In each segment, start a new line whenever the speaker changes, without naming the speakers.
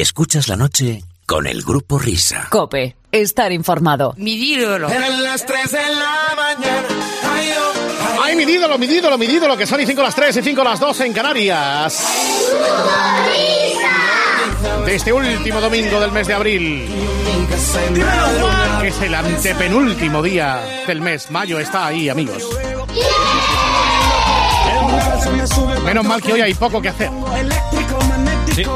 Escuchas la noche con el grupo Risa.
Cope, estar informado.
Mi ídolo.
¿Eh?
Eran las 3 de la mañana. Ay, oh,
¡Ay, mi ídolo, mi ídolo, mi ídolo! Que son y 5 las 3 y 5 las 2 en Canarias. De este último domingo del mes de abril. Que es el antepenúltimo día del mes. Mayo está ahí, amigos. Menos mal que hoy hay poco que hacer. Sí. ¿eh?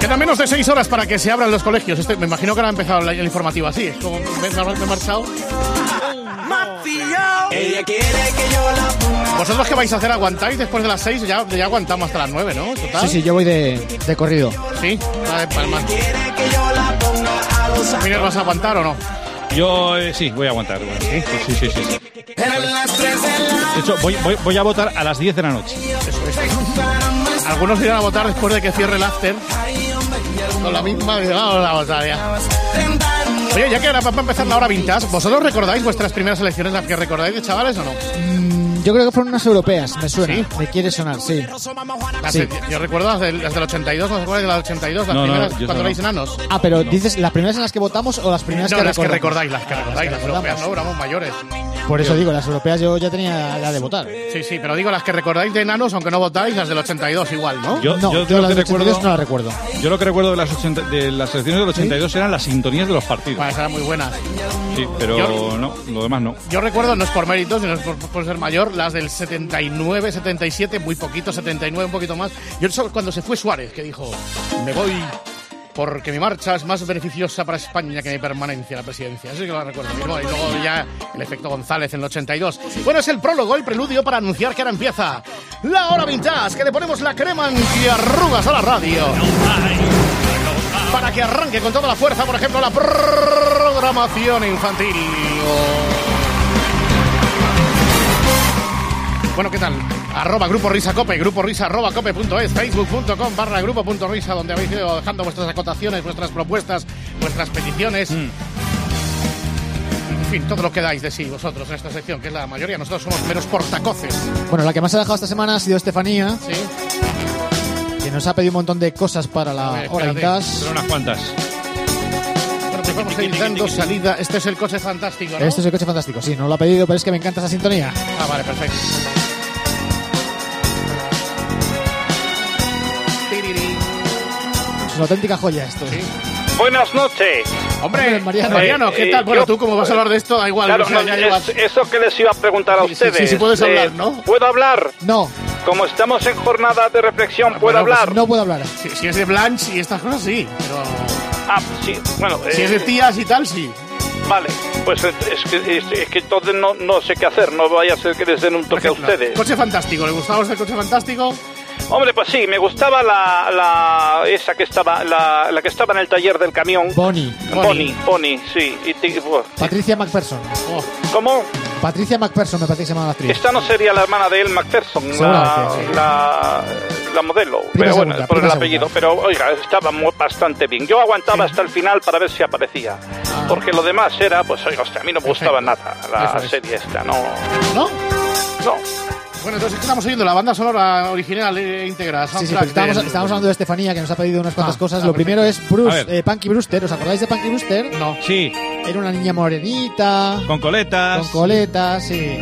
Quedan menos de seis horas para que se abran los colegios. Estoy- me imagino que ahora ha empezado la- el informativo así. Es como me, me- me he marchado. ¿Vosotros qué vais a hacer? ¿Aguantáis después de las seis? Ya, ya aguantamos hasta las nueve, ¿no? Total.
Sí, sí, yo voy de, de corrido.
Sí, la de Palma. Miguel, ¿vas a aguantar o no?
Yo eh, sí, voy a aguantar. bueno, sí, sí, sí, sí, sí.
Eran las 3 de la
De hecho, voy, voy- voy a votar a las 10 de la noche.
Algunos irán a votar después de que cierre el after. Con la misma, vamos a votar ya. Oye, ya que ahora va a empezar la hora vintage, ¿vosotros recordáis vuestras primeras elecciones, las que recordáis de chavales o no?
Mm, Yo creo que fueron unas europeas, me suena.
¿Sí?
Me quiere sonar, sí.
Las
Sí.
de- yo recuerdo las del, las del 82, ¿no se acuerdan de las del 82? Las
No, no,
primeras,
yo
cuando
no.
erais enanos.
Ah, pero dices las primeras en las que votamos o las primeras
no,
que
las que
recordamos?
recordáis, las que recordáis, las europeas, no, éramos mayores.
Por eso digo, las europeas yo ya tenía la de votar.
Sí, sí, pero digo, las que recordáis de enanos, aunque no votáis, las del 82 igual, ¿no?
Yo,
no,
yo
yo
lo
las
que
de 82
recuerdo,
no la recuerdo.
yo lo que recuerdo de las, 80 de las elecciones del 82 eran las sintonías de los partidos.
Bueno, esas eran muy buenas.
Sí, pero
Yo-
no, lo demás no.
Yo recuerdo, no es por méritos, sino es por, por ser mayor, las del 79, 77, muy poquito, 79, un poquito más. Yo solo cuando se fue Suárez, que dijo, me voy porque mi marcha es más beneficiosa para España que mi permanencia en la presidencia. Eso sí que lo recuerdo. Y luego- y luego ya el efecto González en el 82. Bueno, es el prólogo, el preludio para anunciar que ahora empieza la hora vintage, que le ponemos la crema antiarrugas a la radio. Para que arranque con toda la fuerza, por ejemplo, la programación infantil. Bueno, ¿qué tal? Arroba Grupo Risa Cope, Grupo Risa arroba cope.es, facebook.com barra Grupo punto Risa, donde habéis ido dejando vuestras acotaciones, vuestras propuestas, vuestras peticiones.
Mm.
En fin, todo lo que dais de sí vosotros en esta sección, que es la mayoría. Nosotros somos meros portacoces.
Bueno, la que más ha dejado esta semana ha sido Estefanía,
Sí.
que nos ha pedido un montón de cosas para
A
la
ver,
hora
espérate.
vintage.
Pero unas cuantas.
Bueno, pues vamos a ir dando salida. Este es el coche fantástico, ¿no?
Este es el coche fantástico, sí, no lo ha pedido, pero es que me encanta esa sintonía.
Ah, vale, perfecto. Tirirín.
Es una auténtica joya esto.
Sí.
Buenas noches.
Hombre,
Hombre, Mariano.
Mariano, ¿qué
Eh,
tal?
eh,
Bueno,
yo-
tú como vas a hablar de esto, da igual.
Claro,
o sea,
no,
ya
es-
llevas-
eso que les iba a preguntar a
Sí, sí,
ustedes.
sí, sí, puedes
Eh,
hablar, ¿no?
¿Puedo hablar?
No,
Como estamos en jornada de reflexión,
Ah,
¿puedo
bueno, pues
hablar?
no puedo hablar.
Si, si es de Blanche y estas cosas, sí. Pero
Ah, sí, bueno.
si
eh,
es de tías y tal, sí.
Vale, pues eh, es que, es, es que entonces no, no sé qué hacer, no vaya a ser que les den un
Por
toque
ejemplo,
a ustedes.
Coche fantástico. ¿Le gustaba a usted el coche fantástico?
Hombre, pues sí, me gustaba la, la esa que estaba la, la que estaba en el taller del camión.
Bonnie,
Bonnie.
Bonnie, Bonnie, sí. Y ti- buah.
Patricia McPherson.
Oh,
¿Cómo?
Patricia McPherson me parece que se llama la actriz.
Esta no sería la hermana de él, McPherson, la,
Seguramente, sí.
la, la modelo, pero bueno,
segunda,
por el
prima
apellido.
segunda.
Pero oiga, estaba mu- bastante bien. Yo aguantaba hasta el final para ver si aparecía.
Ah.
Porque lo demás era, pues oiga, hostia, a mí no me gustaba nada la
Eso es.
serie esta, no.
¿No?
No,
Bueno, entonces, ¿qué estamos oyendo? La banda sonora original e íntegra.
Sí, sí,
soundtrack
porque estábamos,
del-
estábamos hablando de Estefanía, que nos ha pedido unas cuantas
Ah,
cosas.
ah,
Lo
perfecto.
primero es
A ver.
Bruce, eh, Punky Brewster. ¿Os acordáis de Punky Brewster?
No.
Sí,
Era una niña morenita,
con coletas.
con coletas, sí.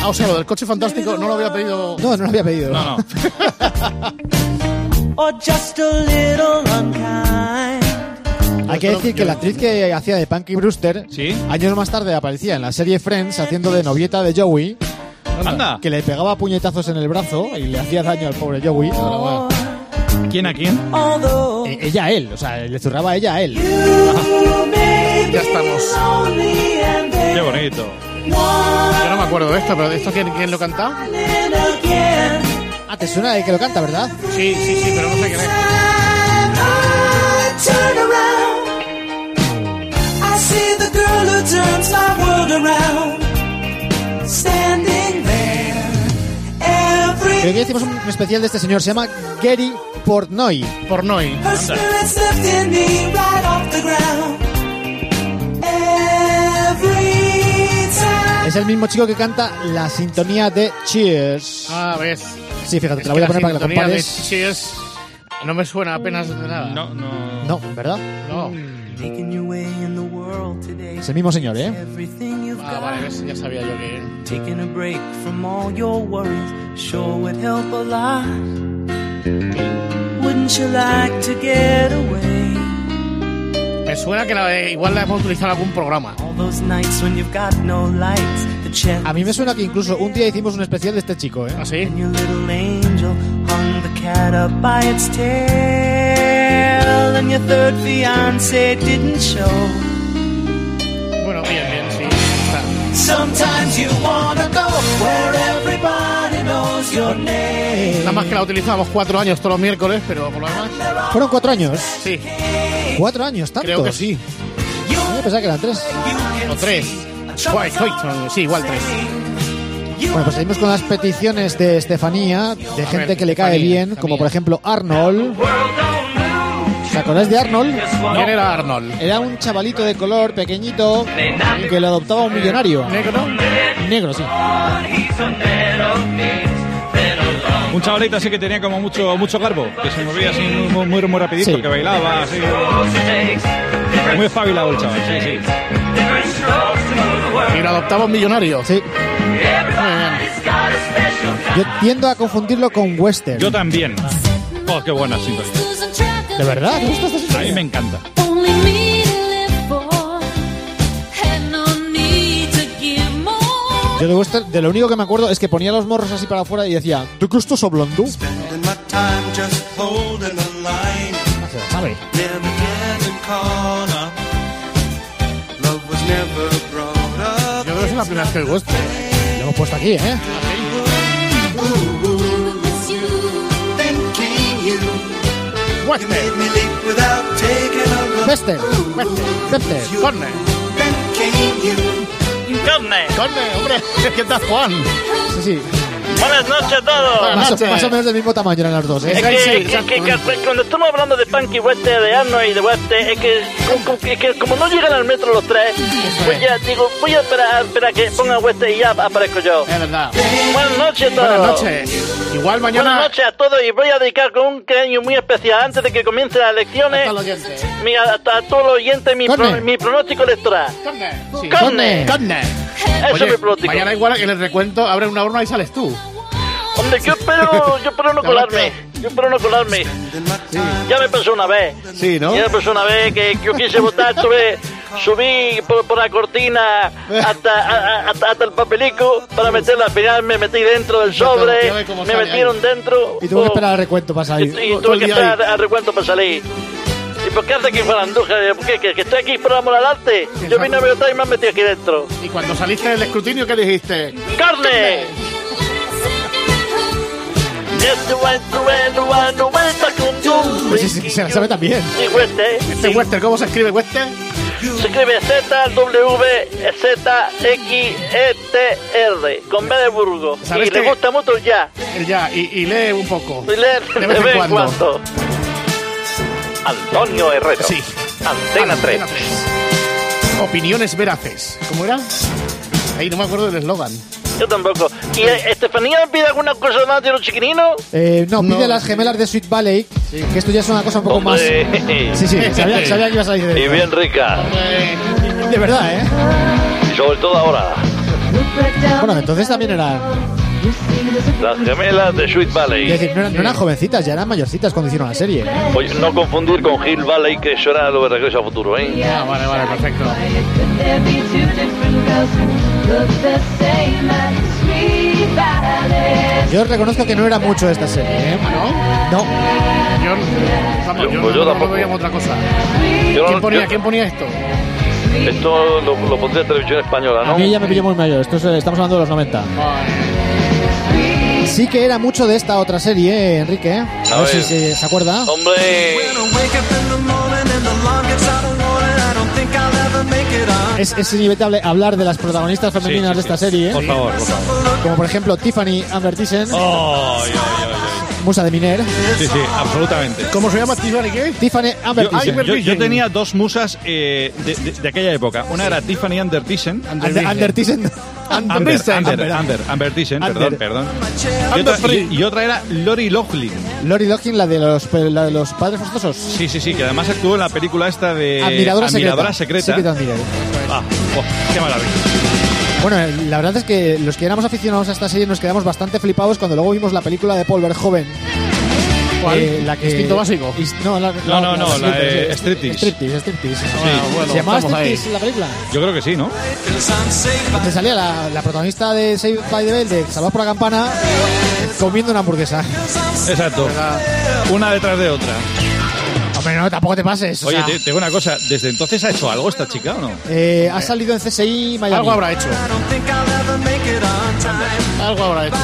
Ah, o sea, lo del coche fantástico no lo había pedido.
No, no lo había pedido.
no, no.
Oh,
Hay que
Yo-
decir que la actriz que hacía de Punky Brewster,
Sí.
años más tarde aparecía en la serie Friends haciendo de novieta de Joey,
Ah.
Anda,
que le pegaba puñetazos en el brazo y le hacía daño al pobre Joey.
¿quién a quién?
Eh, ella a él, o sea, le zurraba ella a él.
Ya estamos.
Qué bonito.
Yo no me acuerdo de esto, pero ¿de esto quién, quién lo canta?
Ah, te suena el que lo canta, ¿verdad?
Sí, sí, sí, pero no sé quién es.
Creo que hicimos un especial de este señor, se llama Gary Portnoy.
Pornoy.
Es el mismo chico que canta la sintonía de Cheers.
Ah, ves.
Sí, fíjate, te la voy a poner para que la
sintonía de
compares.
Cheers no me suena apenas de nada.
No, no.
No, ¿verdad?
No.
Es el mismo señor, ¿eh?
Ah, vale, ves, ya sabía yo que.
Taking a break from all your worries sure would help a lot. Wouldn't you like to get away?
Me suena que la- eh, igual la hemos utilizado en algún programa.
All those nights when you've got no lights to check.
A mí me suena que incluso un día hicimos un especial de este chico, ¿eh?
¿Ah, sí?
And your little angel hung the cat up by its tail. And your third fiance didn't show.
Bueno, bien, bien, sí. Está.
Sometimes you wanna go where everybody knows your name.
Nada más que la utilizamos cuatro años todos los miércoles, pero por lo demás.
Fueron cuatro años.
Sí,
¿Cuatro años? ¿Tanto?
creo que sí.
Yo pensaba que eran tres.
O tres. Guay, Clayton, Sí, igual tres.
Bueno, pues seguimos con las peticiones de Estefanía, de gente
ver,
que le cae
Estefanía,
bien,
Estefanía.
como por ejemplo Arnold. ¿Os acordáis de Arnold?
¿Quién era Arnold?
Era un chavalito de color pequeñito que lo adoptaba un millonario.
¿Negro?
Negro, sí.
Un chavalito así que tenía como mucho, mucho garbo, que se movía así muy, muy, muy rapidito,
Sí.
que bailaba así. Muy espabilado el chaval, sí, sí.
Y lo adoptaba un millonario.
Sí. Yo tiendo a confundirlo con western.
Yo también. Oh, qué buena sintonía.
¿De verdad? ¿Te gusta esta
A mí
sintonía?
me encanta.
Only me to live for, had no need to give more.
Yo de western, de lo único que me acuerdo es que ponía los morros así para afuera y decía, ¿tú qué estás hablando?
Spending my time just holding the line.
Ah, se la sabe.
Never getting caught up. Love was never brought
Yo
up.
creo que es la primera vez que oigo esto.
Lo hemos puesto aquí, ¿eh?
It's you,
Thinking you
Western,
made me leap without taking a look.
Western. Western.
Corne,
Thinking you
Corne, hombre, ¿qué tal, Juan?
Sí, sí.
Buenas noches a todos.
Buenas
Más o,
noches.
más o menos del mismo tamaño eran las dos,
Es
¿eh?
que,
sí,
que- que- que cuando estamos hablando de Punky West, de Arnold y de West, es que, como- que- que como no llegan al metro los tres, pues ya digo, voy a esperar, esperar a que pongan West y ya aparezco yo.
Es verdad.
Buenas noches a todos.
Buenas noches.
Buenas
Igual mañana.
noches a todos y voy a dedicar con un cariño muy especial antes de que comiencen las elecciones
Hasta los oyentes.
mi- a, a todos los oyentes mi,
Conde.
pro- mi pronóstico electoral.
Corne. Sí.
¡Conde!
Conde.
Corne.
Eso es mi pronóstico.
mañana igual en el recuento abren una urna y sales tú.
Hombre, yo espero, yo espero no
Te habrá
colarme. Yo espero no colarme.
time.
Ya me pasó una vez.
Sí, ¿no?
Ya me pasó una vez que yo quise votar, tuve- subí por, por la cortina hasta, a- a- hasta, hasta el papelico para meterla. Al final me metí dentro del
te-
sobre,
ya ve cómo
me
sale
metieron
ahí.
dentro.
Y tuve que
oh,
esperar al recuento para salir.
y- y
todo
tuve
el
que
día
esperar a recuento para salir. ¿Y por qué hace aquí en Andújar? ¿Por qué? ¿Que, que estoy aquí por amor al arte? Yo vine a votar y me han metido aquí dentro.
Y cuando saliste del escrutinio, ¿qué dijiste?
¡Carne! Yes, you went to win, you won, you went back on
Pues
you.
Sí, sí, sí, se la sabe también.
Y West, eh.
Este Western, ¿cómo se escribe Western?
Se escribe Z, W, Z, X, E, T, R, con B de Burgo.
¿Sabes
y le
qué?
gusta mucho ya.
Eh, Ya, y, y lee un poco.
Y leer
De vez en cuando.
Antonio Herrero.
Sí.
Antena 3.
Antena tres. Opiniones veraces. ¿Cómo era? Ahí no me acuerdo del eslogan.
Yo tampoco. ¿Y eh, Estefanía pide alguna cosa más de los chiquininos?
Eh, no, pide
No.
las gemelas de Sweet Valley, que esto ya es una cosa un poco más...
Hombre.
Sí, sí, sabía, sabía que ibas a salir de...
Y bien rica.
De verdad, ¿eh?
Y sobre todo ahora,
Bueno, entonces también eran...
las gemelas de Sweet Valley.
Es decir, no eran, no eran jovencitas, ya eran mayorcitas cuando hicieron la serie. ¿eh?
Oye, no confundir con Hill Valley, que eso era lo de regreso a futuro, ¿eh?
Ah, vale, vale, perfecto.
could there be two different girls who look the same at Sweet Valley?
Yo reconozco que no era mucho esta serie, ¿eh?
¿Ah, ¿No?
No,
Yo, vamos,
Yo-
yo,
pues yo
no, no
tampoco.
veíamos otra cosa.
Yo-
¿Quién ponía,
yo-
quién ponía esto?
Esto lo, lo pondría en televisión española,
a
¿no?
mí ya me pilló muy mayor, esto es, eh, estamos hablando de los 90. Sí que era mucho de esta otra serie, ¿eh, Enrique. ¿eh? A
A
ver si
ver.
se, se acuerda.
Hombre,
When I wake up in the morning and the alarm gets out of warning, I don't think I'll ever make it on.
Es, es inevitable hablar de las protagonistas femeninas de esta serie,
Por
¿eh?
favor, por favor.
como por ejemplo Tiffany Amber Thyssen,
Oh. Ay, ay, ay,
musa de Miner.
ay. Sí, sí, absolutamente.
¿Cómo se llama Tiffany qué?
Tiffany
Yo,
Amber Thyssen.
yo- yo
Virgin.
tenía dos musas eh, de, de- de aquella época. Una era Tiffany Andertisen
Ander- Ander Thyssen.
Amber,
Thyssen.
Amber, Amber, Amber Thyssen, perdón,
Amber.
perdón. Y otra,
Free.
y- y otra era Lori Loughlin.
Lori Loughlin, la de los, la de los padres forzosos.
Sí, sí, sí, que además actuó en la película esta de
Admiradora,
Eh, Admiradora
secreta.
Secreta.
Secret Admirer.
Ah, oh, qué maravilla.
Bueno, eh, la verdad es que los que éramos aficionados a esta serie nos quedamos bastante flipados cuando luego vimos la película de Paul Verhoeven.
¿Cuál?
Eh, la que...
Instinto básico.
Is- No, la-
No, no, no, la de Striptease.
Striptease, striptease.
Ah, bueno,
¿Se llamaba
estamos ahí.
Striptease la película?
Yo creo que sí, ¿no?
Te salía la, la protagonista de Save by the Bell, de Salvados por la Campana, comiendo una hamburguesa.
Exacto. Una detrás de otra.
Hombre, no, tampoco te pases. o
Oye,
sea,
te, te digo una cosa, ¿desde entonces ha hecho algo esta chica o no?
eh, ha salido en CSI Miami.
Algo habrá hecho. Algo habrá hecho.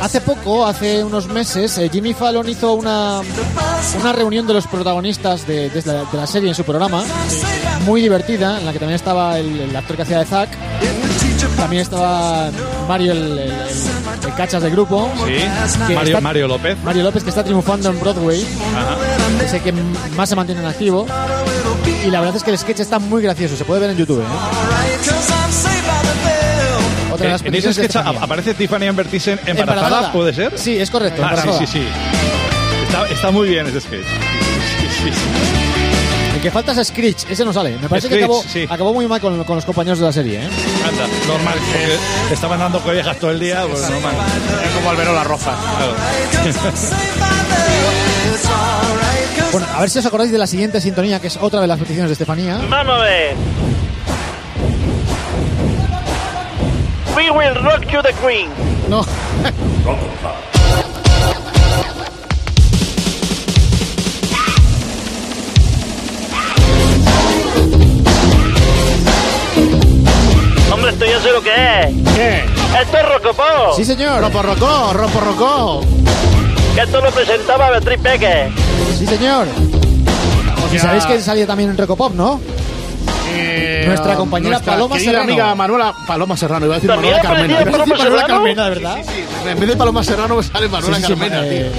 Hace poco, hace unos meses, eh, Jimmy Fallon hizo una, una reunión de los protagonistas de, de la, de la serie en su programa, muy divertida, en la que también estaba el, el actor que hacía de Zack, también estaba Mario, el, el- el- el cachas del grupo,
Sí.
que
Mario,
está-
Mario López.
Mario López, que está triunfando en Broadway,
Ajá.
es el que m- más se mantiene en activo, y la verdad es que el sketch está muy gracioso, se puede ver en YouTube. ¿eh? Otra de las
Eh, En ese
películas de
sketch a-
Estefanía.
aparece Tiffany Amber Thyssen embarazada,
Embarazada.
¿puede ser?
Sí, es correcto.
Ah, sí, sí,
embarazada.
sí. Está, está muy bien ese sketch. Sí, sí, sí.
El que falta es Screech, ese no sale. Me parece que
Screech,
acabó,
sí.
acabó muy mal con, con los compañeros de la serie. ¿eh?
Anda, normal, porque te estaban dando collejas todo el día, pues normal.
Es como Alberola Roja.
Claro.
Bueno, a ver si os acordáis de la siguiente sintonía, que es otra de las peticiones de Estefanía.
Vamos a ver. We will rock you the queen.
No,
Hombre, esto yo sé lo que es.
¿Qué?
Esto es Rocopó.
sí, señor.
Roporrocó, roporrocó.
Que esto lo presentaba Beatriz Peque.
Sí, señor. Y Pues sabéis que salía también en Recopop, ¿no?
Eh,
Nuestra compañera Paloma
querida
Serrano.
amiga Manuela Paloma Serrano, iba a decir
¿También
Manuela
aparecía
Carmena. Iba a decir
Paloma
Manuela
Serrano?
Carmena.
¿verdad?
En vez de Paloma Serrano sale Manuela
Sí, sí, sí,
Carmena,
eh,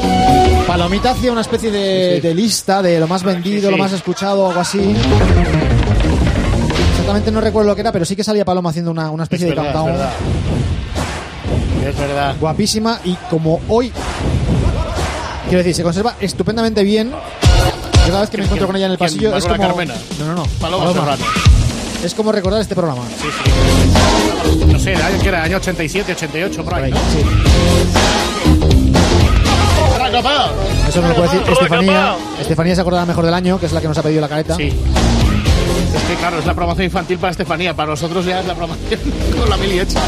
tío.
Palomita hacía una especie de, de lista de lo más vendido,
sí.
lo más escuchado, algo así. Exactamente no recuerdo lo que era, pero sí que salía Paloma haciendo una, una especie
Es
de
verdad, es
countdown.
verdad. Es verdad.
guapísima y como hoy quiero decir se conserva estupendamente bien yo cada vez que me encuentro con ella en el
quién?
pasillo es como
Manuela Carmena?
no no no
Paloma, Serrano.
es como recordar este programa
No sé, ¿de año que era? ¿Año 87, 88, por ahí,
Ahí,
¿no?
sí. eso no lo puede decir Estefanía Estefanía se acordará mejor del año que es la que nos ha pedido la careta
Sí. Es que claro, es la programación infantil para Estefanía, para nosotros ya es la programación con la mili hecha.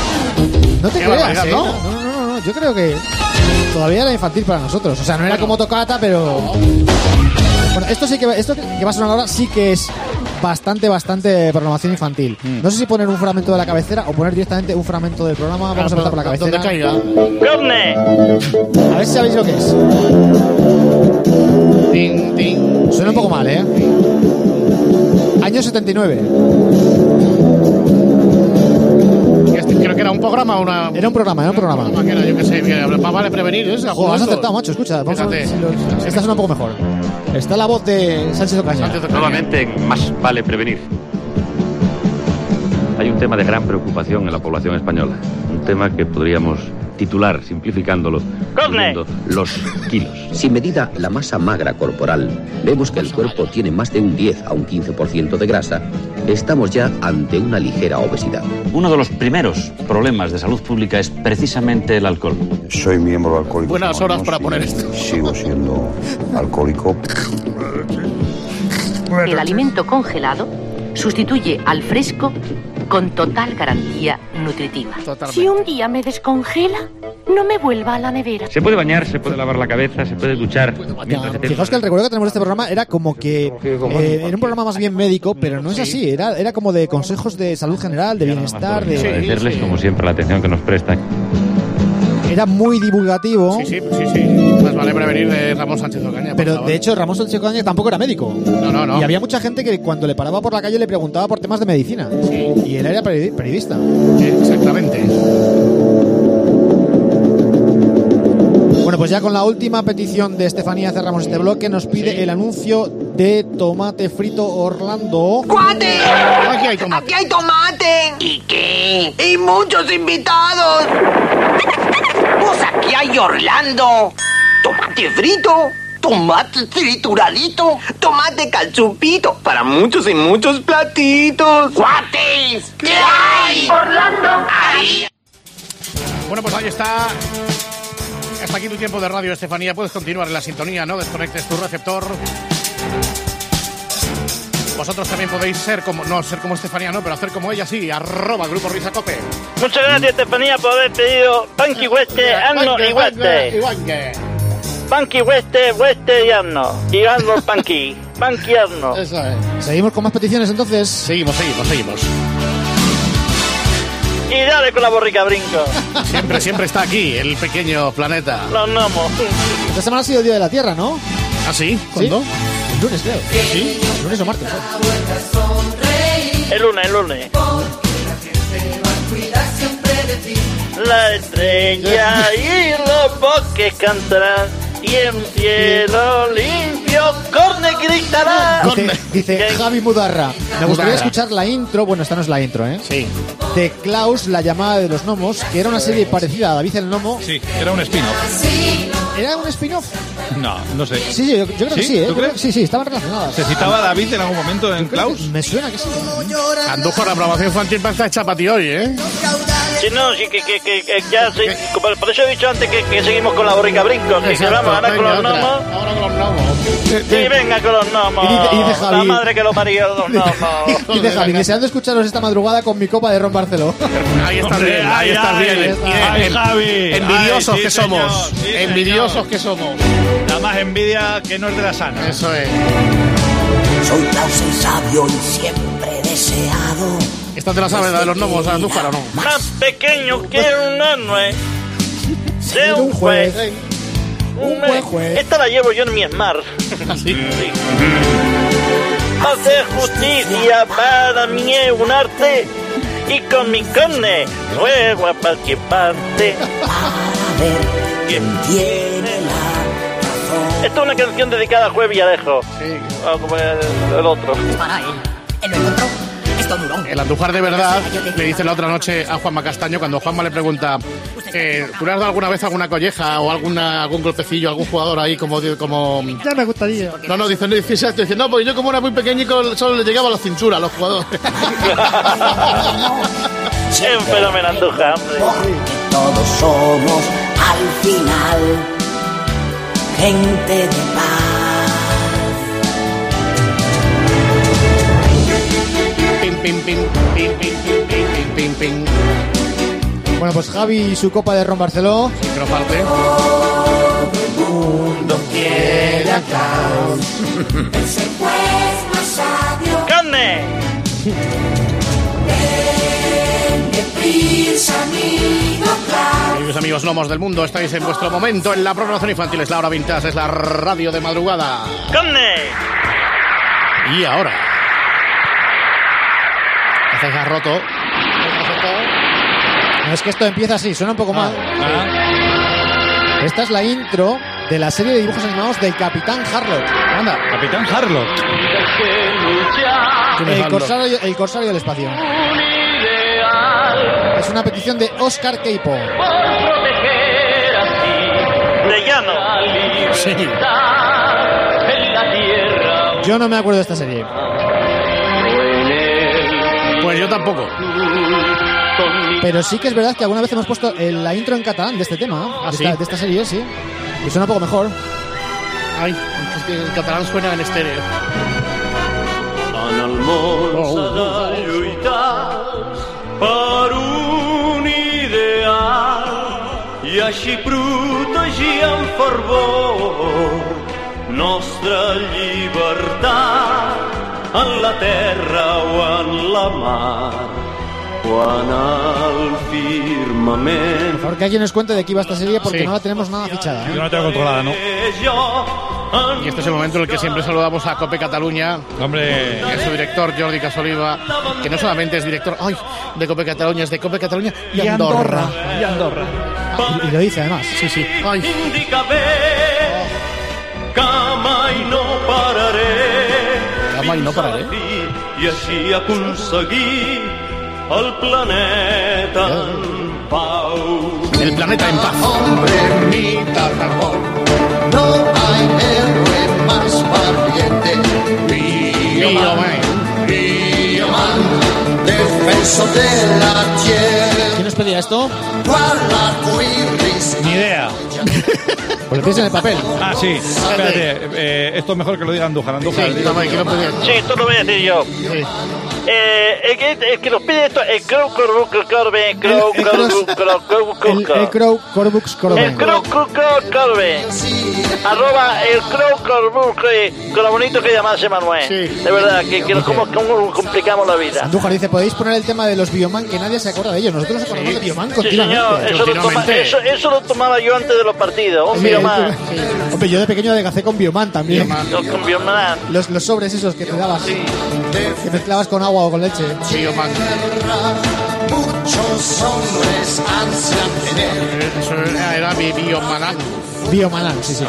no te
Qué
creas
barbaridad,
¿eh?
¿no?
No, no, no, no, yo creo que todavía era infantil para nosotros o sea no era como tocata pero bueno esto sí que esto que va a sonar ahora sí que es bastante bastante programación infantil no sé si poner un fragmento de la cabecera o poner directamente un fragmento del programa vamos a empezar por la cabecera
Donde caiga.
Govne.
a ver si sabéis lo que es
Ting, ting.
suena un poco mal eh año 79
Este, Creo que era un programa o una...
era un programa era un programa
que era, yo qué sé, mira, más vale prevenir, ¿eh?
Joder,
Alguno de
has
estos.
acertado macho escucha vamos a ver si
Fíjate.
lo- esta suena un poco mejor está la voz de
Antes
Sánchez Ocaña
de que-
Nuevamente, más vale prevenir. Hay un tema de gran preocupación en la población española. Un tema que podríamos titular, simplificándolo,
Cosme.
diciendo, los kilos.
Si medida la masa magra corporal, vemos que el cuerpo tiene más de un 10 a un 15% de grasa, estamos ya ante una ligera obesidad.
Uno de los primeros problemas de salud pública es precisamente el alcohol.
Soy miembro alcohólico.
Buenas horas para poner esto.
Sigo siendo alcohólico.
El alimento congelado sustituye al fresco con total garantía nutritiva.
Totalmente.
Si un día me descongela, no me vuelva a la nevera.
Se puede bañar, se puede lavar la cabeza, se puede duchar. mientras se te-
Fijaos que el recuerdo que tenemos de este programa era como que eh, era un programa más bien médico, pero no es así. Era, era como de consejos de salud general, de bienestar, de,
Agradecerles,
sí.
como siempre, la atención que nos prestan.
era muy divulgativo.
Sí, sí, sí, sí. Más vale prevenir de Ramón Sánchez Ocaña. por
Pero
favor.
de hecho, Ramón Sánchez Ocaña tampoco era médico.
No, no, no.
Y había mucha gente que cuando le paraba por la calle le preguntaba por temas de medicina. Y él era peri- periodista.
Exactamente.
Bueno, pues ya con la última petición de Estefanía cerramos este bloque. Nos pide el anuncio de tomate frito Orlando.
¡Cuate!
Aquí hay tomate.
¡Aquí hay tomate! ¿Y qué? ¡Y muchos invitados! ¡Pues aquí hay Orlando! ¡Tomate frito! ¡Tomate trituradito! ¡Tomate calzupito! ¡Para muchos y muchos platitos! ¡Cuates! ¿Qué hay? ¡Orlando! ¡Ahí!
Bueno, pues ahí está. Hasta aquí tu tiempo de radio, Estefanía. Puedes continuar en la sintonía, no desconectes tu receptor. Vosotros también podéis ser como, no ser como Estefanía, no, pero hacer como ella, sí. Arroba Grupo Risa Cope.
Muchas gracias, Estefanía, por haber pedido Punky Hueste, Anno y Hueste.
que.
Punky Hueste, Hueste y Anno. Y Anno Punky. Punky Anno.
Eso es.
¿Seguimos con más peticiones entonces? Seguimos,
seguimos, seguimos.
Y dale con la borrica brinco.
Siempre, siempre está aquí, el pequeño planeta.
Los gnomos.
Esta semana ha sido el Día de la Tierra, ¿no?
¿Ah, sí? ¿Cuándo?
El lunes, creo. ¿Sí? El lunes o martes. ¿eh?
El lunes, el lunes. La estrella y los bosques cantarán. Y en cielo limpio, corne gritará.
Dice, dice Javi Mudarra. Me
Mudarra.
gustaría escuchar la intro. Bueno, esta no es la intro, ¿eh?
Sí.
De Klaus, la llamada de los gnomos, que era una serie parecida a David el Gnomo.
Sí, era un spin-off.
¿Era un spin-off?
No, no sé.
Sí, sí, yo, yo creo que sí, ¿eh?
¿Tú
Yo creo que
crees?
sí, sí, estaban relacionadas.
¿Se citaba a David en algún momento en Klaus?
Me suena que sí.
Andujo la programación infantil para esta chapa, tío, hoy, ¿eh?
Si no, si que, que, que, que ya, sí, como- por eso he dicho antes que, que seguimos con la borrica brinco. Que, que
Exacto,
vamos ahora con
venga,
los
otra.
gnomos.
Ahora con los gnomos.
Sí, venga con los gnomos.
Y dice- y dice
la
Javi-
madre que lo parió los gnomos.
Dice Javi, deseando escucharos esta madrugada con mi copa de Ron Barceló.
Ahí estás bien, ahí estás bien.
ay,
Bien.
Javi.
Envidiosos
Ay, sí,
que
señor,
somos.
sí, señor.
Envidiosos que somos.
La más envidia que no es de la sana.
Eso es.
Soy Klaus el sabio y siempre deseado.
Esta te la sabes, la de los gnomos, Andújar, ¿o no?
Más pequeño que un anue. De un juez. Un
buen juez.
Esta la llevo yo en mi Smart.
Sí.
Hacer justicia para mí es un arte. Y con mi carne ruego a participante. Esta es una canción dedicada a Juez Villarejo. O como el, el otro.
El Andújar de verdad le dice la otra noche a Juanma Castaño cuando Juanma le pregunta eh, ¿Tú le has dado alguna vez alguna colleja o alguna, algún golpecillo a algún jugador ahí como... como...
Ya me gustaría.
No, no, dice, no, dice, exacto, dice, no, porque yo como era muy pequeñico solo le llegaba a la cintura a los jugadores.
Es un fenómeno Andújar, hombre.
Todos somos al final gente de paz.
Pim, pim, pim, pim, pim, pim, pim, pim, pim, pim.
Bueno, pues Javi y su copa de Ron Barceló.
Micro parte.
¡Carne!
Queridos amigos gnomos del mundo, estáis en vuestro momento en la programación infantil. Es la hora vintage, es la radio de madrugada.
¡Carne!
Y ahora. Haces has roto.
No, es que esto empieza así, suena un poco mal.
Ah,
Esta es la intro de la serie de dibujos animados del Capitán Harlock.
Anda.
Capitán Harlock.
El corsario, el corsario del espacio. Es una petición de Oscar Keipo.
De llano.
Sí.
Yo no me acuerdo de esta serie.
Pues yo tampoco.
Pero sí que es verdad que alguna vez hemos puesto eh, la intro en catalán de este tema.
¿Ah,
de,
sí?
esta, de esta serie, sí. Y suena un poco mejor.
Ay, es que el catalán suena en estéreo.
En el món
Oh, uh.
s'ha de lluitar per un ideal i així protegir amb fervor nostra llibertat en la terra o en la mar quan al firmament
Por favor, que alguien nos cuente de qué iba esta serie porque
Sí.
no la tenemos nada fichada.
Yo
¿eh?
no la tengo controlada, ¿no?
és jo en
Y este es el momento en el que siempre saludamos a Cope Cataluña.
Hombre,
Y a su director Jordi Casoliva, que no solamente es director ay, de Cope Cataluña, es de Cope Cataluña y, Andorra.
Y Andorra. Ah, y, y lo dice además.
Sí, sí. Ay,
indica bé que mai no pararé
i no parar, eh?
i així aconseguir el planeta en pau.
El planeta en paz.
Hombre, mi Tarragón, no hay héroe más valiente. Bioman, Bioman, defenso de la tierra.
¿Quién nos pedía esto?
Cual arcoíris.
Ni idea.
Pues lo tienes en el papel.
Ah, sí. Espérate, eh, esto es mejor que lo diga Andújar. Andújar,
Sí,
diga-
dame, que no podía-
Sí, esto lo voy a decir yo. Eh, el, que, el que nos pide esto es Crow Crow Crow Crow Crow Crow Crow Crow Crow Crow
El, el
Crow
Crow Corbux
El
Corben.
Crow Crow Crow Corbe. Arroba el Crow Crow Crow Con lo bonito que llamarse Manuel. De verdad, que, que nos- cómo, cómo complicamos la vida.
Andújar dice, podéis poner el tema de los Bioman, que nadie se acuerda de ellos. Nosotros nos acordamos de Bioman
Sí, señor,
continuamente.
eso lo, toma- eso, eso lo tomaba yo antes de los partidos. Un
Sí,
día más.
Hombre, yo de pequeño adelgacé con Bioman también.
Yo con Bioman.
Los, los sobres esos que te dabas, que mezclabas con agua o con leche.
Bioman.
Muchos hombres ansian tener.
Eso era, era mi biomanán.
Biomanán, sí, sí.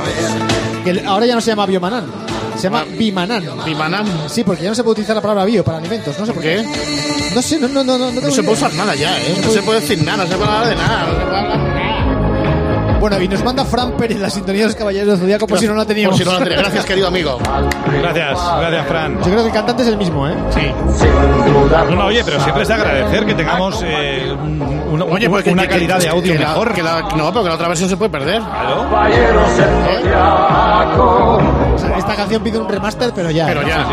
Que el- ahora ya no se llama Biomanán, se llama Bimanán.
Bimanán.
Sí, porque ya no se puede utilizar la palabra bio para alimentos, no sé por qué. No sé, no, no, no, no.
No se puede usar nada ya, ¿eh? No se puede decir nada, no se puede hablar de nada. no se puede hablar-
Bueno, y nos manda Fran Pérez la sintonía de los caballeros del Zodíaco por si no la
Por
teníamos.
si no la teníamos. Gracias, querido amigo.
Gracias, gracias, Fran.
Yo creo que el cantante es el mismo, ¿eh?
Sí.
No, no, oye, pero siempre es de agradecer que tengamos eh, un- un-
Oye, pues que-
una
que-
calidad de audio
que la-
mejor.
que la- no, porque la otra versión se puede perder. ¿eh?
O sea, esta canción pide un remaster, pero ya.
Pero
¿no?
ya.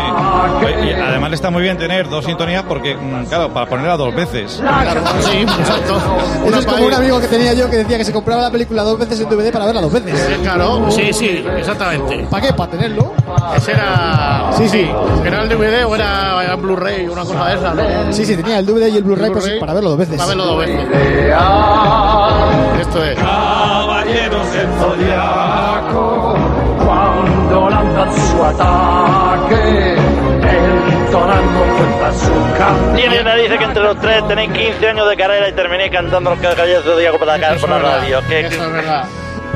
Oye, y además está muy bien tener dos sintonías porque, mm, claro, para ponerla dos veces.
Claro, sí, exacto.
Eso
Una
es
pa'
como un
ir-
amigo que tenía yo que decía que se compraba la película dos veces en DVD para verla dos veces.
Eh, Claro, sí, sí, exactamente.
¿Para qué? ¿Para tenerlo?
Ese era.
Sí, sí.
¿Era el DVD o era, era Blu-ray una cosa de esas, no?
Sí, sí, tenía el DVD y el Blu-ray pues, para verlo dos veces.
Va a verlo dos veces. Esto es.
Caballeros del
Cuando lanzan su ataque, entonando cuenta su canto.
Tiene me dice que entre los tres tenéis 15 años de carrera y terminé cantando los caballeros de Zodíaco por la, ca- por la radio. Que-
Eso es verdad.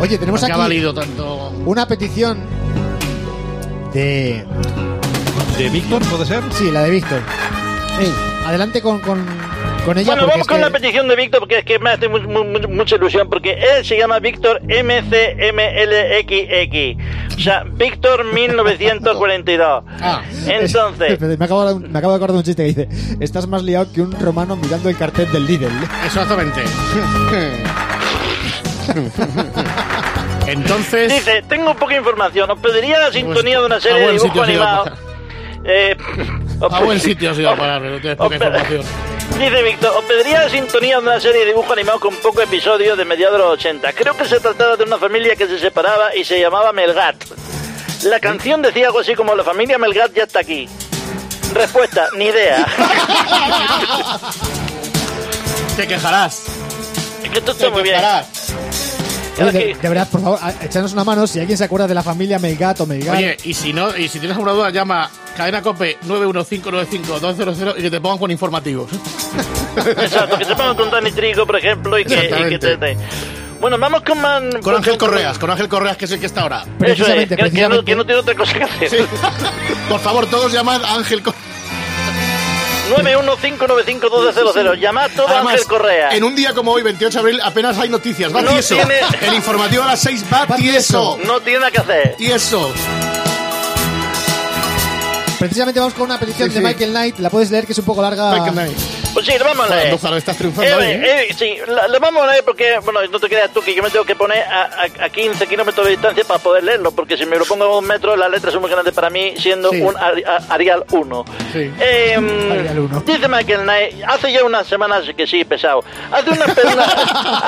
Oye, tenemos
¿Por qué
aquí
ha valido tanto?
una petición de...
¿De Víctor, puede ser?
Sí, la de Víctor. Ey, adelante con, con, con ella.
Bueno,
porque
vamos
es
con
que-
la petición de Víctor porque es que me hace mu- mu- mu- mucha ilusión porque él se llama Víctor MCMLXX. O sea, Víctor 1942.
Ah,
Entonces,
Espérate, me, acabo, de- me acabo de acordar de un chiste que dice: Estás más liado que un romano mirando el cartel del Lidl.
Exactamente. Entonces.
dice, tengo poca información. Os pediría la sintonía de una
Pues, a
serie de
buen
dibujo
sitio se iba a
animado. Eh, os
A buen
pedi-
sitio se iba a parar, pero tienes poca
Hombre.
información.
Dice Víctor, os pediría la sintonía de una serie de dibujo animado con pocos episodios de mediados de los 80. Creo que se trataba de una familia que se separaba y se llamaba Melgat. La canción decía algo así como, la familia Melgat ya está aquí. Respuesta, ni idea.
Te quejarás.
Es que esto está muy bien.
Oye, de, de verdad, por favor, a- echarnos una mano si alguien se acuerda de la familia Melgat o Melgat.
Oye, y si no, y si tienes alguna duda, llama cadena cope 91595-200 y que te pongan con informativos.
Exacto, que se pongan con Dani Trigo, por ejemplo, y que, y que te, te- Bueno, vamos con... Man,
Con Ángel Correas, con Ángel Correas, que es el que está ahora.
Eso es,
Precisamente,
que, que no,
precisamente.
que no tiene otra cosa que hacer.
Sí. Por favor, todos llamad a Ángel Correas.
915951200. Llamad todo a
Además,
Ángel Correa.
En un día como hoy, 28 de abril, apenas hay noticias. Va
No
tieso.
tiene-
El informativo a las 6 va, tieso.
No tiene nada que hacer.
Tieso.
Precisamente vamos con una petición
Sí, sí.
de Michael Knight. La puedes leer que es un poco larga.
Michael Knight.
Pues sí, lo vamos a leer.
Andújar, estás
Eh,
triunfando hoy, ¿eh?
eh, sí, la, la vamos a leer porque, bueno, no te creas tú que yo me tengo que poner a, a- a 15 kilómetros de distancia para poder leerlo, porque si me lo pongo a un metro, las letras son muy grandes para mí, siendo
Sí.
un Ari- a- Arial 1.
Sí.
Eh,
Arial 1.
Dice Michael Knight, hace ya unas semanas que sí, pesado. Hace, una, una-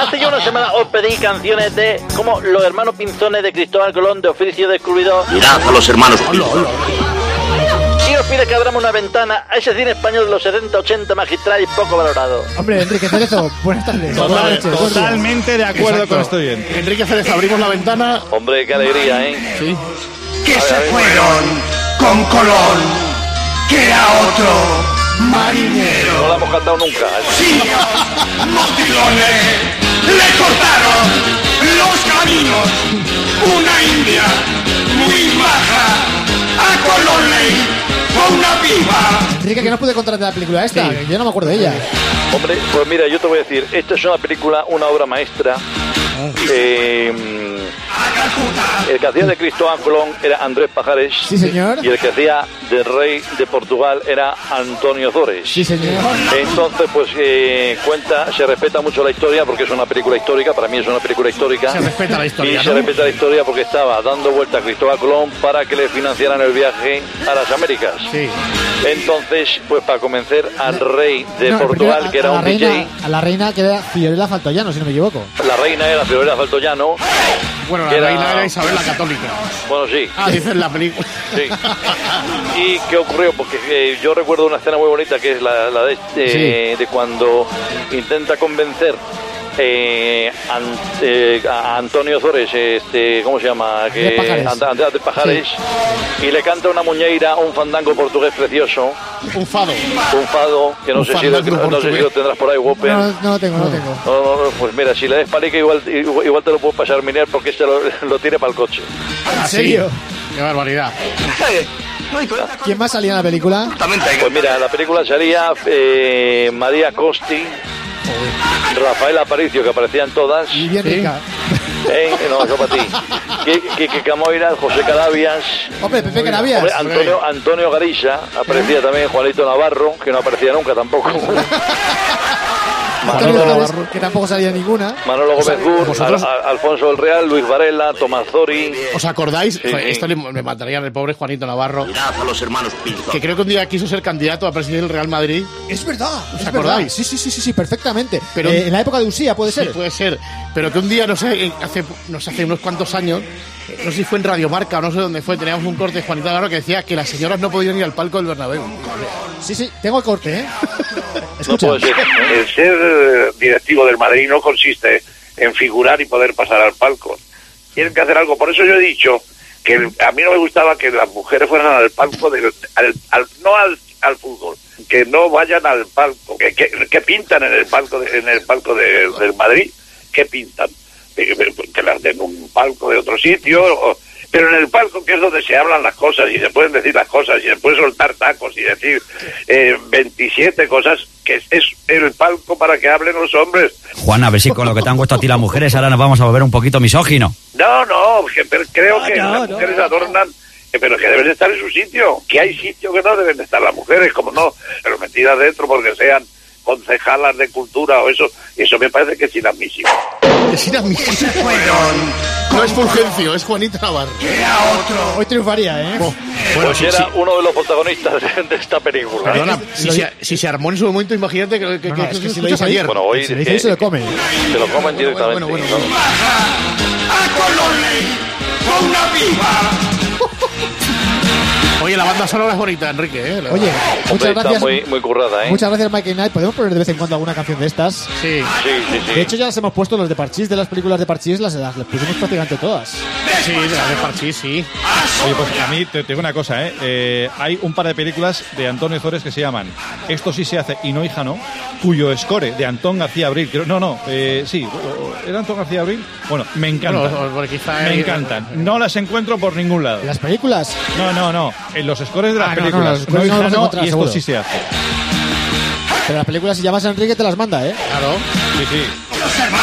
hace ya unas semanas os pedí canciones de como Los Hermanos Pinzones de Cristóbal Colón de Oficio Descubridor
Mirad a los hermanos.
y os pide que abramos una ventana a ese cine español de los 70-80 magistral y poco valorado.
Hombre, Enrique Cerezo, buenas tardes.
Total-
Buenas noches, buenos días.
Totalmente de acuerdo
Exacto.
con esto, bien.
Enrique Cerezo, abrimos la ventana.
Hombre, qué alegría, ¿eh?
Sí.
que se fueron con Colón, que era otro marinero.
No la hemos cantado nunca.
¿eh?
Sillas, motilones, le cortaron los caminos. Una india muy baja a Colón le
una piba.
Enrique, que no pude contratar la película esta. Yo no me acuerdo de ella.
Hombre, pues mira, yo te voy a decir, esta es una película, una obra maestra. Eh, mm, el que hacía de Cristóbal Colón era Andrés Pajares.
Sí, señor.
Y el que hacía de rey de Portugal era Antonio Zores.
Sí, señor.
Entonces, pues eh, cuenta, se respeta mucho la historia porque es una película histórica, para mí es una película histórica.
Se respeta la historia,
Y
¿no?
se respeta la historia porque estaba dando vuelta a Cristóbal Colón para que le financiaran el viaje a las Américas.
Sí.
Entonces, pues para convencer al rey de
No,
Portugal,
pero
que era
a
un
la reina,
DJ,
A la reina que era Fiorella Faltoyano, si no me equivoco.
la reina era Fiorella Faltoyano.
Bueno, la
que
reina era Isabel la Católica.
Bueno, sí.
Ah, dices la película.
Sí. ¿Y qué ocurrió? Porque eh, yo recuerdo una escena muy bonita que es la, la de, este- de cuando intenta convencer eh, an- eh, a Antonio Zores, este, ¿cómo se llama? Que,
Andrés Pajares.
Ant- Andrés de Pajares, y le canta una muñeira, un fandango portugués precioso,
Un fado.
un fado, que no,
Un
sé, si lo,
fandango
no sé si
portugués. Ah.
lo tendrás por ahí, Whopper.
No, no lo tengo, no lo tengo.
No, no, no, pues mira, si le des palica igual, igual, igual te lo puedo pasar mirar porque este lo, lo tiene para el coche.
¿En
serio?
Qué barbaridad.
¿Quién más salía en la película?
Pues mira, la película salía eh, María Costi, Rafael Aparicio, que aparecían todas.
Y bien rica.
Eh, no, eso para ti. Qui- Quique Camoira, José Carabias.
Hombre, Pepe Carabias.
Hombre, Antonio, Antonio Garilla, aparecía también Juanito Navarro, que no aparecía nunca tampoco.
Antonio
Manolo,
Flores, que tampoco salía ninguna.
Manolo Gómez Gur,
¿Vosotros?
Al- Al- Alfonso del Real, Luis Varela, Tomás Zori.
¿Os acordáis?
Sí,
Joder,
sí.
Esto le- me mataría el pobre Juanito Navarro.
a los hermanos
Que creo que un día quiso ser candidato a presidir el Real Madrid.
Es verdad.
¿Os
es
acordáis?
verdad. Sí, sí, sí, sí, sí, perfectamente.
Pero-
Eh, en la época de Usía, puede ser.
Sí, puede ser. Pero que un día, no sé, en- hace, no sé, hace unos cuantos años, eh, no sé si fue en Radio Marca o no sé dónde fue, teníamos un corte de Juanita Navarro que decía que las señoras no podían ir al palco del Bernabéu.
Sí, sí, tengo el corte, ¿eh?
Escucha.
El ser eh, directivo del Madrid no consiste en figurar y poder pasar al palco. Tienen que hacer algo. Por eso yo he dicho que el- a mí no me gustaba que las mujeres fueran al palco, del, al- al- no al, al fútbol, que no vayan al palco, que, que, que pintan en el palco, de- en el palco de- del Madrid, que pintan, Eh, eh, que las den un palco de otro sitio. o- pero en el palco, que es donde se hablan las cosas y se pueden decir las cosas y se puede soltar tacos y decir eh, 27 cosas, que es, es el palco para que hablen los hombres.
Juan, a ver si con lo que te han puesto a ti las mujeres ahora nos vamos a volver un poquito misógino.
No, no, que- pero creo que las mujeres adornan, eh, pero que deben de estar en su sitio, que hay sitio que no deben de estar las mujeres, como no, pero metidas dentro porque sean concejalas de cultura o eso, eso me parece que es inadmisible.
Es inadmisible. No es Fulgencio, es Juanito Navarro.
Hoy triunfaría, ¿eh?
Oh.
pues
sí,
era
sí.
uno de los protagonistas de, de esta película.
Perdona, si, se, si se armó en su momento, imagínate que, que, que-
es que
que
si lo
escuchas
hizo ahí-
ayer.
Bueno, hoy- Si lo hizo ahí, se lo come. Se lo comen directamente. ¿no?
con una piba.
Oye, la banda sonora es bonita, Enrique. ¿eh? La-
Oye,
Hombre,
muchas
está
gracias.
muy, muy currada, ¿eh?
Muchas gracias, Mike Knight. ¿Podemos poner de vez en cuando alguna canción de estas?
Sí,
Sí.
sí, sí.
De hecho, ya las hemos puesto, las de Parchís, de las películas de Parchís, las, las, las pusimos prácticamente todas.
Sí, de la de Parchís, sí.
Oye, pues a mí te, te digo una cosa, ¿eh? Eh, Hay un par de películas de Antonio Zores que se llaman Esto sí se hace y no hija no, cuyo score de Antón García Abril, creo- no, no, eh, sí, o- o- ¿era Antón García Abril? Bueno, me encantan.
Bueno, o- o quizá
me
hay-
encantan. No las encuentro por ningún lado.
¿Las películas?
No, no, no. En los scores de las
Ah, no, no, los
películas.
scores no
hija
los
no,
encontrarás,
y esto
seguro.
sí se hace.
Pero las películas, si llamas a Enrique, te las manda, ¿eh?
Claro.
Sí, sí.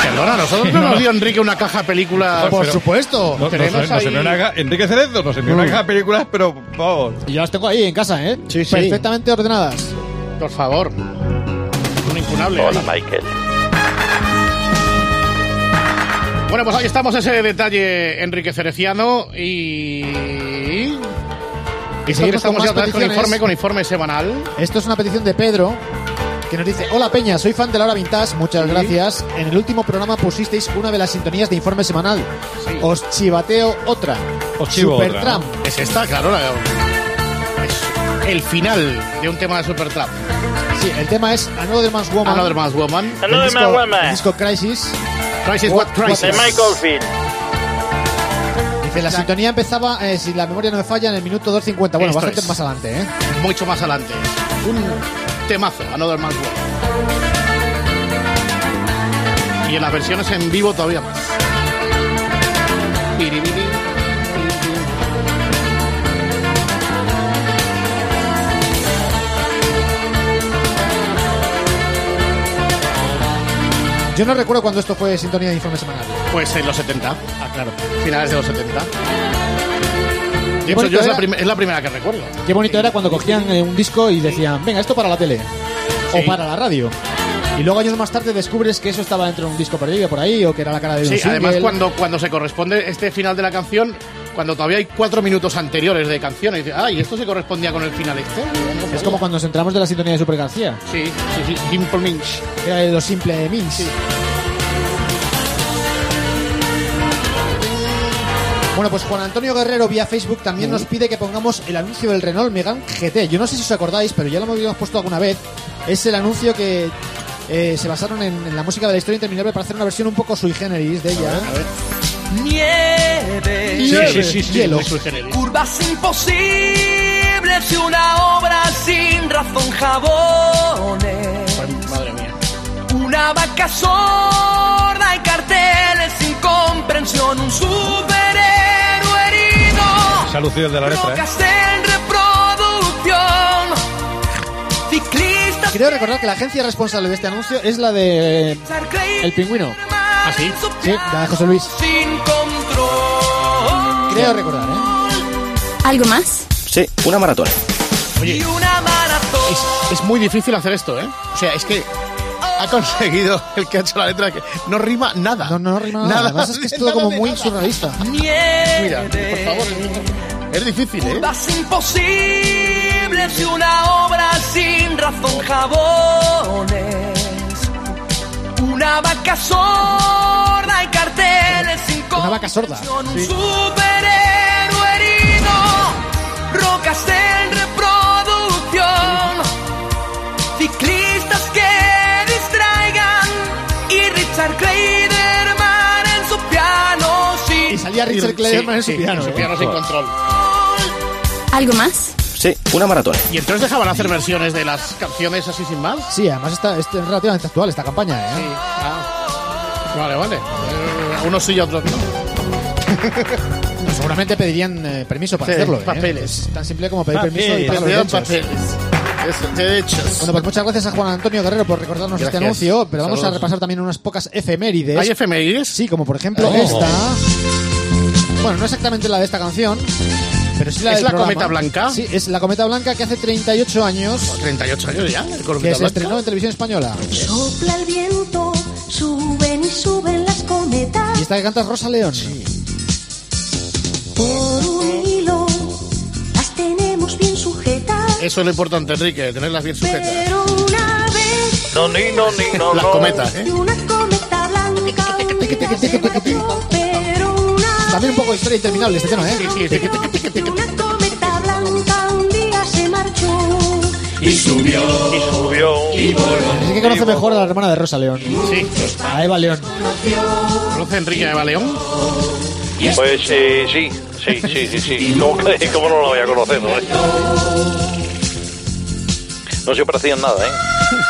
Perdona, nosotros no nos dio Enrique una caja de películas.
Por supuesto.
No,
Pues Tenemos
nos- nos
ahí-
envió una ca- Enrique Cerezo nos envió una
Mm.
caja de películas, pero vamos.
Y yo las tengo ahí en casa, ¿eh?
Sí, sí.
Perfectamente ordenadas.
Por favor. Un impunable.
Hola, Michael.
Bueno, pues ahí estamos ese detalle Enrique Cereciano y... Y seguir
seguimos con
estamos
más
ya otra vez con
peticiones.
informe, con informe semanal.
Esto es una petición de Pedro que nos dice, hola Peña, soy fan de Laura Vintage, muchas gracias. En el último programa pusisteis una de las sintonías de informe semanal. Os chivateo otra.
Os chivo otra,
Supertramp.
Es esta, claro. la- es el final de un tema de Supertrap.
Sí, el tema es Another Man's Woman.
Another Man's Woman.
Del
Another
disco-
Man's Woman.
del disco Crisis.
Crisis, what crisis?
De Michael Field.
Dice, la sintonía empezaba, eh, si la memoria no me falla, en el minuto 2.50. Bueno,
Esto
bastante
es.
más adelante, ¿eh?
Mucho más adelante. Un temazo, Another Man's Woman. Y en las versiones en vivo todavía más. Piribiri.
Yo no recuerdo cuando esto fue sintonía de informe semanal.
Pues en los 70. Ah, claro. Finales de los 70. De hecho,
bonito
yo es la,
era.
prim- es la primera que recuerdo.
Qué bonito era cuando cogían eh, un disco y decían, venga, esto para la tele o para la radio. Y luego años más tarde descubres que eso estaba dentro de un disco perdido por ahí o que era la cara de un
Sí,
single.
además cuando, cuando se corresponde este final de la canción, cuando todavía hay cuatro minutos anteriores de canciones, dices, ay, esto se correspondía con el final este.
Es como cuando nos enteramos de la sintonía de Super García.
Sí, sí, sí, Simple Minch.
Era de los simple Minch. Bueno, pues Juan Antonio Guerrero vía Facebook también nos pide que pongamos el anuncio del Renault Megan GT. Yo no sé si os acordáis, pero ya lo habíamos puesto alguna vez. Es el anuncio que eh, se basaron en, en la música de la historia interminable para hacer una versión un poco sui generis de ella. ¿eh?
Nieve.
Nieve, hielo.
Curvas imposibles y una obra sin razón jabones.
Madre mía.
Una vaca sorda y carteles sin comprensión. Un superhéroe herido.
Se ha lucido el de la letra, ¿eh?
Rocas en reproducción. Ciclistas
Creo recordar que la agencia responsable de este anuncio es la de eh, El Pingüino.
¿Ah, sí?
Sí, la de José Luis.
sin control.
Creo recordar, ¿eh?
¿Algo más?
Sí, una maratón.
Oye, es, es muy difícil hacer esto, ¿eh? O sea, es que ha conseguido el que ha hecho la letra que no rima nada. No,
no rima nada. Además es que es todo como muy surrealista.
Mira, por favor, es- es difícil, ¿eh?
Las imposibles y una obra sin razón jabones. Una vaca sorda y carteles sin
Una vaca sorda.
compasión. Un superhéroe herido. Rocas en reproducción. Ciclistas que distraigan. Y Richard Clayderman en su piano. sin-
Y salía Richard Clayderman en su piano, ¿eh?
sin control.
¿Algo más?
Sí, una maratón.
¿Y entonces dejaban hacer versiones de las canciones así sin más?
Sí, además está, este es relativamente actual esta campaña, ¿eh?
Ah. Vale, vale. Eh, unos sí y otros no.
Pues seguramente pedirían eh, permiso para
Sí,
hacerlo. ¿eh?
papeles.
Es tan simple como pedir
Papeles,
permiso y pagar los
te dan
derechos.
papeles. Es- derechos.
Bueno, pues muchas gracias a Juan Antonio Guerrero por recordarnos
Gracias.
este anuncio, pero vamos
Saludos.
a repasar también unas pocas efemérides.
¿Hay efemérides?
Sí, como por ejemplo
Oh.
esta. Bueno, no exactamente la de esta canción, pero sí la
¿Es
del
la
programa.
Cometa Blanca?
Sí, es la cometa blanca que hace 38 años
38 años ya, el
que
Coromita
se
Blanca.
estrenó en televisión española.
Sopla el viento, suben y suben las cometas
Y esta que canta es Rosa León.
este
por un hilo, las tenemos bien sujetas,
Eso es lo importante, Enrique, tenerlas bien sujetas.
pero una vez
No, ni, no, ni, no. Las cometas, ¿eh?
y una cometa blanca, una se marchó, pero una
También un poco de historia interminable este tema, ¿eh?
cometa blanca un día se marchó.
Y subió.
Y
subió.
y voló.
Es que conoce mejor a la hermana de Rosa León.
Sí.
A Eva León.
¿Conoce Enrique de Baleón?
Pues eh, sí, sí, sí, sí, sí. ¿Cómo, que- cómo no la voy a conocer? No, No se parecían nada, ¿eh?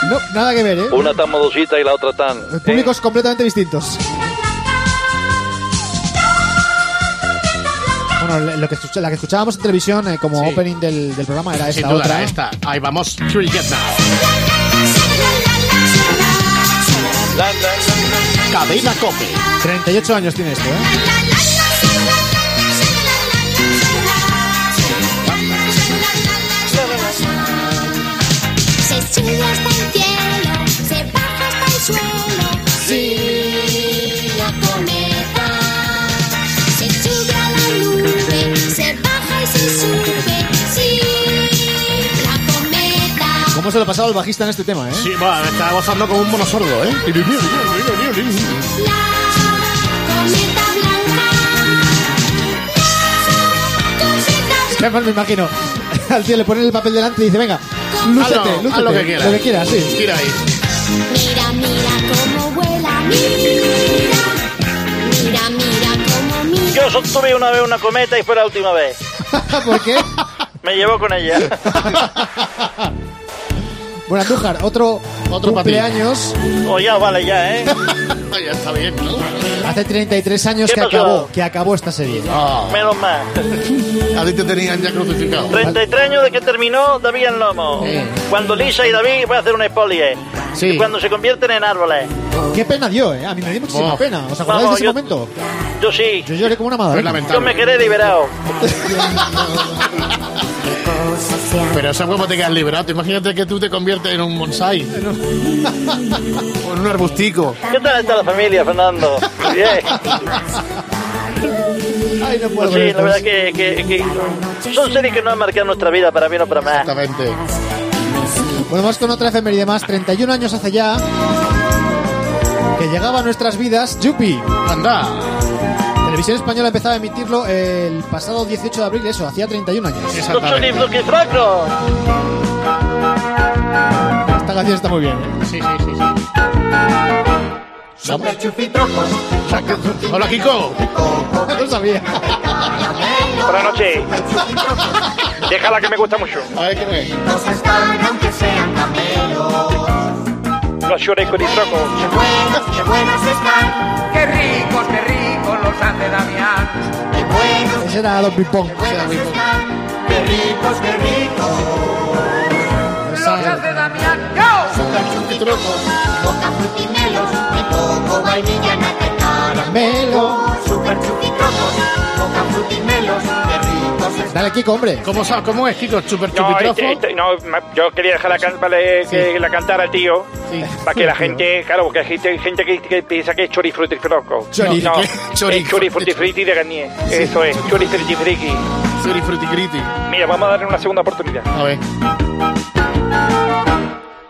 No, nada que ver, ¿eh?
Una tan modosita y la otra tan... ¿eh?
Públicos completamente distintos. Bueno, le- lo que escucha- la que escuchábamos en televisión eh, como opening del, del programa era
Sin
esta
duda, ¿eh?
otra. ¿eh?
esta. Ahí vamos, Three Get Now. Cadena Cope.
38 años tiene esto, ¿eh?
Se sube hasta el cielo, se baja hasta el suelo. Sí, la cometa. Se sube a la nube, se baja y se sube. Sí, la cometa.
¿Cómo se lo pasaba el bajista en este tema, eh?
Sí, va, me estaba gozando como un mono sordo, ¿eh?
Es que además me imagino. Al tío le ponen el papel delante y dice, venga, lúcete,
Hazlo, haz
lúcete.
lo que quieras.
Lo que quieras, sí.
Tira ahí.
Mira, mira cómo vuela, mira. Mira, mira cómo mira.
Yo sostuve una vez una cometa y fue la última vez.
¿Por qué?
Me llevó con ella.
Bueno, Andújar, otro,
Otro para ti.
cumpleaños.
O ya vale, ya, ¿eh?
ya está bien, ¿no?
Hace 33 años
¿Qué
que
pasó?
acabó, que acabó esta serie.
Menos mal.
A ti te tenían ya crucificado.
33 años de que terminó David en Lomo. Cuando Lisa y David voy a hacer un spoiler.
Sí.
Cuando se convierten en árboles.
Qué pena dio, ¿eh? A mí me dio muchísima
Oh.
pena. ¿Os acordáis
Vamos,
de ese
yo-
momento?
Yo sí.
Yo lloré como una madre.
Yo me quedé liberado.
Pero esa huevo te quedas liberado. Imagínate que tú te conviertes en un bonsai. o en un arbustico.
¿Qué tal está la familia, Fernando? Bien.
Ay, no
Pues sí, la verdad que, que- que son series que no han marcado nuestra vida, para bien o para mal.
Exactamente.
Bueno, vamos con otra efeméride más. 31 años hace ya que llegaba a nuestras vidas Yupi.
Anda.
Televisión Española empezaba a emitirlo el pasado 18 de abril, eso, hacía 31 años.
¡Los cholis, los que fracos!
Esta canción está muy bien. ¿eh?
Sí, sí, sí. sí. Vamos. Hola, Kiko.
No sabía.
Buenas noches. Déjala que me gusta mucho.
A ver qué me.
Los choris con
¡Qué buenas están! ¡Qué ricos, qué ricos los hace Damián! ¡Qué buenos
Ese era Don Pipón.
están! ¡Qué ricos, qué ricos! ¡Los hace Damián! ¡Yo! Boca frutimelos y poco vainilla nata
Melo.
Super chupitrocos, boca frutimelos, qué ricos están.
Dale, Kiko, hombre.
¿Cómo, sa- ¿Cómo es, Kiko? ¿Super
No,
chupitrofo?
este- este- no, ma- yo quería dejar la can- vale, que la cantara el tío. Para que la gente, claro, porque hay gente, gente que, que piensa que es chorifrutifroco.
Chori-
no,
¿qué? Chori-
es chorifrutifriti de Garnier. Eso es, chorifrutifriki.
Chorifrutigriti.
Mira, vamos a darle una segunda oportunidad.
A ver.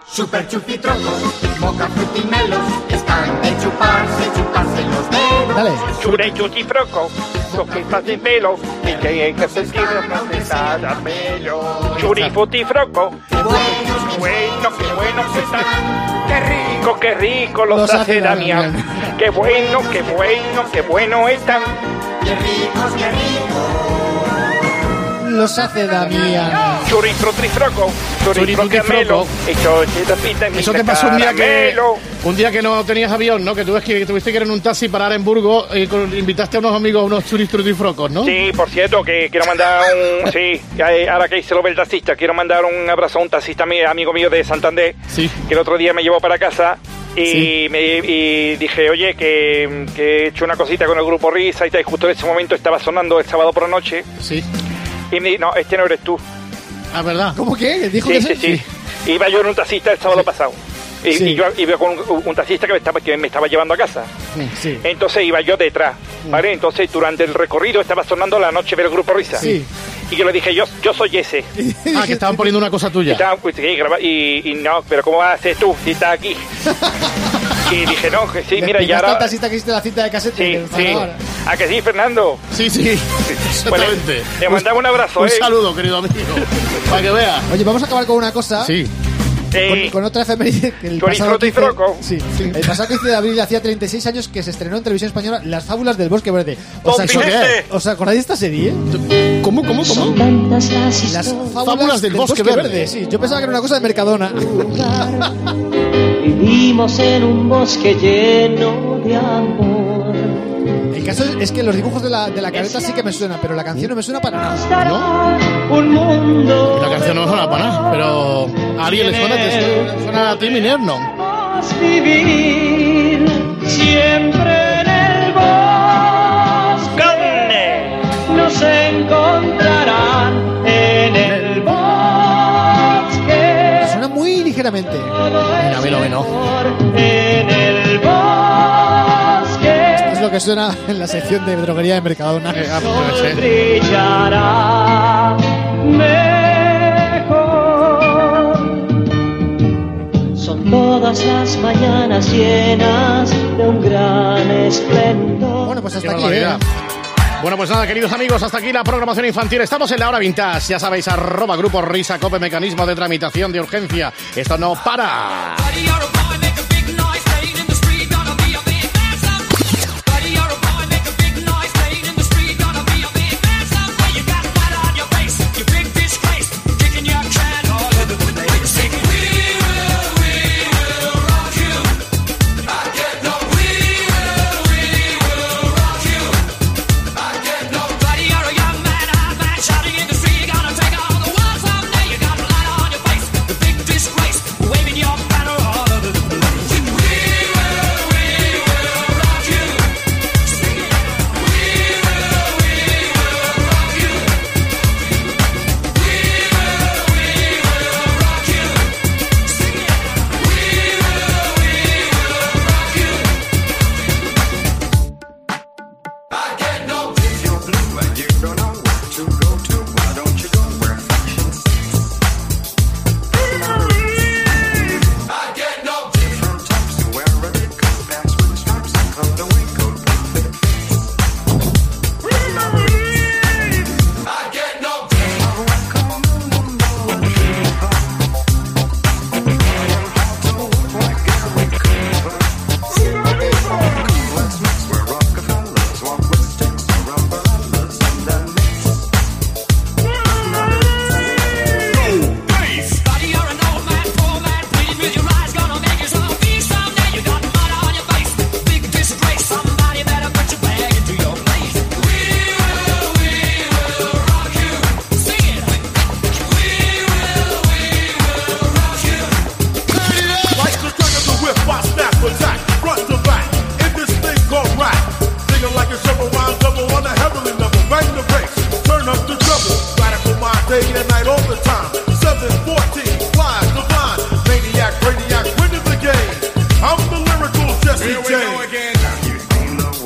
Super chupitrocos, boca frutimelos, están de chuparse, chuparse los dedos.
Dale.
Chore chorifroco, coquitas de pelo, y que hay que sentirlo más de nada pelo. Chorifutifroco, bueno, qué bueno que está. Qué rico, qué rico los,
Los hace
hace Damián. Qué bueno, qué bueno, qué bueno están. Qué ricos, qué ricos.
Los hace Damián.
Chorifrutifroco, chorifrucamelo, y chorifrutita en mi
Eso te pasó un día que
caramelo.
un día que no tenías avión, ¿no? Que tú ves que tuviste que ir en un taxi parar en Burgos y con- invitaste a unos amigos a unos churistrutifrocos, ¿no?
Sí, por cierto, que quiero mandar un. Sí, que hay- ahora que se lo ve el taxista, quiero mandar un abrazo a un taxista mi- amigo mío de Santander, que el otro día me llevó para casa y, me, y dije, oye, que, que he hecho una cosita con el grupo Risa y tal, y justo en ese momento estaba sonando el sábado por la noche.
Sí.
Y me di- no, este no eres tú.
Ah, ¿verdad? Ah,
¿Cómo qué? ¿Dijo
Sí,
que
sí, sí, Iba yo en un taxista el sábado pasado. Y,
Sí.
y yo iba con un, un taxista que me estaba, que me estaba llevando a casa.
Sí.
Entonces iba yo detrás, ¿vale? Entonces durante el recorrido estaba sonando la noche del grupo Risa.
Sí.
Y yo le dije, yo, yo soy ese.
Ah, que estaban poniendo una cosa
Y,
tuya.
estaba, pues, sí, graba- y- y no, pero ¿cómo vas a hacer tú si estás aquí? y dije, no, que sí, mira, y
ya
ahora...
taxista que hiciste la cinta de cassette.
Sí,
que-
sí.
ahora.
¿A que sí, Fernando?
Sí, sí.
Bueno,
Exactamente.
le mandamos un abrazo,
Un
¿eh?
saludo, querido amigo. Para que vea.
Oye, vamos a acabar con una cosa.
Sí. Eh,
Con, con otra efeméride que el
Chori,
pasado,
frota y
15,
froco.
sí, el pasado 15 de abril hacía 36 años que se estrenó en televisión española Las fábulas del bosque verde. ¿Os,
¡Pompinete!
acordáis- ¿os acordáis de esta serie?
¿Cómo, cómo, cómo?
Las Pues, fábulas,
Fábulas
del, bosque, verde. Sí, yo pensaba que era una cosa de Mercadona.
Vivimos en un bosque lleno de amor.
El caso es- es que los dibujos de la, de la careta sí que me suenan, pero la canción no me suena para nada.
Un mundo.
La canción no me suena para nada, pero Ariel, ¿suena, te suena, suena a ti Minerno?
Vivir siempre en el bosque. Nos encontrarán en el bosque.
Suena muy ligeramente.
Mira, mira, mira.
En el bosque.
Esto es lo que suena en la sección de droguería de Mercadona.
Eh, ah, pues,
brillará mejor. Son todas las mañanas llenas de un gran esplendor.
Bueno, pues
Qué barbaridad. Bueno, pues nada, queridos amigos, hasta aquí la programación infantil. Estamos en la hora vintage. Ya sabéis, arroba grupo risa, cope, mecanismo de tramitación de urgencia. Esto no para.
You big disgrace, kicking your can all over the place. Singing, we will
time. 714, live, divine, maniac, radiac, winning the game. I'm the lyrical Jesse Here we James. Go again.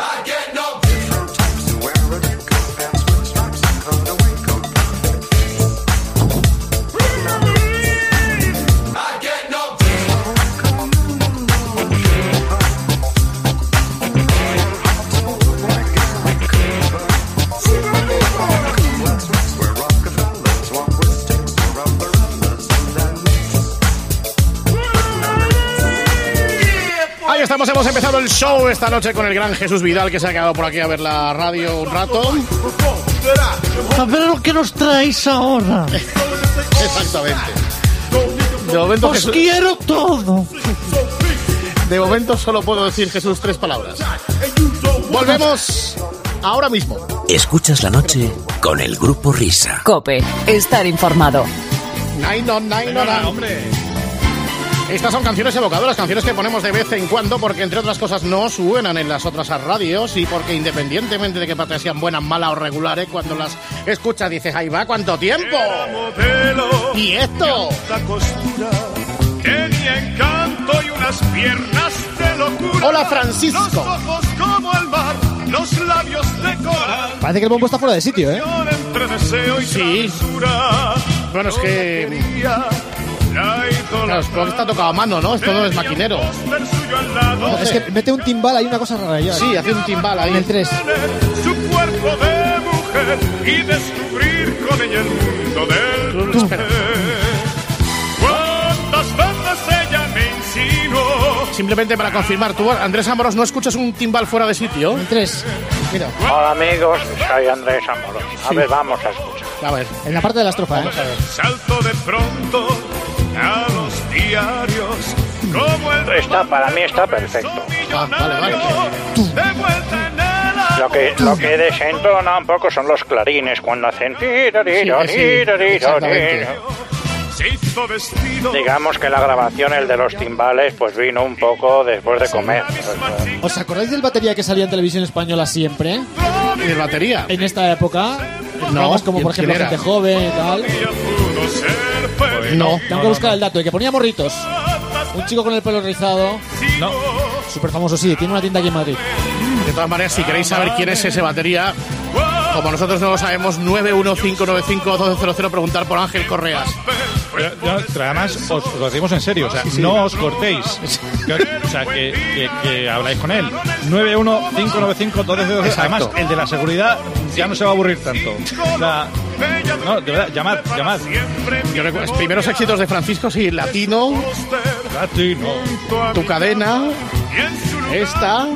I get no I get no
Ahí estamos, hemos empezado el show esta noche con el gran Jesús Vidal que se ha quedado por aquí a ver la radio un rato.
A ver lo que nos traéis ahora.
Exactamente. De momento,
Os
Jesús-
quiero todo.
de momento solo puedo decir Jesús tres palabras. Volvemos ahora mismo.
Escuchas la noche con el grupo Risa.
Cope, estar informado.
Nylon, nylon, hombre. Estas son canciones evocadoras, canciones que ponemos de vez en cuando porque, entre otras cosas, no suenan en las otras radios y porque, independientemente de que parte sean buenas, malas o regulares, cuando las escuchas dices, ahí va, ¿cuánto tiempo? ¿Y esto?
Tenía encanto y unas piernas de locura.
Hola, Francisco.
Los ojos como el mar, los labios de coral.
Parece que el bombo está fuera de sitio, ¿eh?
Entre deseo y sí.
Bueno, es que... Claro, supongo que está tocado a mano, ¿no? Esto no es maquinero.
No, es que mete un timbal, hay una cosa rara. ya.
Sí, hace un timbal ahí.
En el 3.
Su cuerpo de mujer y descubrir con ella el mundo del placer. ¿Cuántas veces ella me insinuó?
Simplemente para confirmar, tú, Andrés Amorós, ¿no escuchas un timbal fuera de sitio? tres. Mira,
Hola amigos, soy Andrés Amorós. A
Sí.
ver, vamos a escuchar.
a ver.
En la parte de la estrofa, ¿eh?
Salto de pronto a los diarios como el
Está, para mí está perfecto.
Ah,
de vuelta en el
Lo que, lo que desentona un poco son los clarines cuando hacen... tira, tira,
Sí, sí,
tira, tira,
exactamente.
tira.
se hizo vestido
Digamos que la grabación, el de los timbales, pues vino un poco después de comer.
¿Os acordáis del batería que salía en televisión española siempre?
¿El batería?
En esta época. programas como,
¿quién-
por ejemplo,
quién era?
Gente Joven y tal.
No.
Tengo que buscar el dato. El que ponía morritos. Un chico con el pelo rizado.
No.
Súper famoso, sí. Tiene una tienda aquí en Madrid.
De todas maneras, si queréis saber quién es ese batería, como nosotros no lo sabemos, 915951200 preguntar por Ángel Correas.
Pero, no, pero además os lo decimos en serio, o sea,
Sí.
no os cortéis. Que- o sea, que, que- que habláis con él. 915951212. Además, el de la seguridad ya no se va a aburrir tanto. O sea, no, de verdad, llamad, llamad.
Yo recu- los primeros éxitos de Francisco, sí, Latino.
Latino.
Tu cadena. Esta.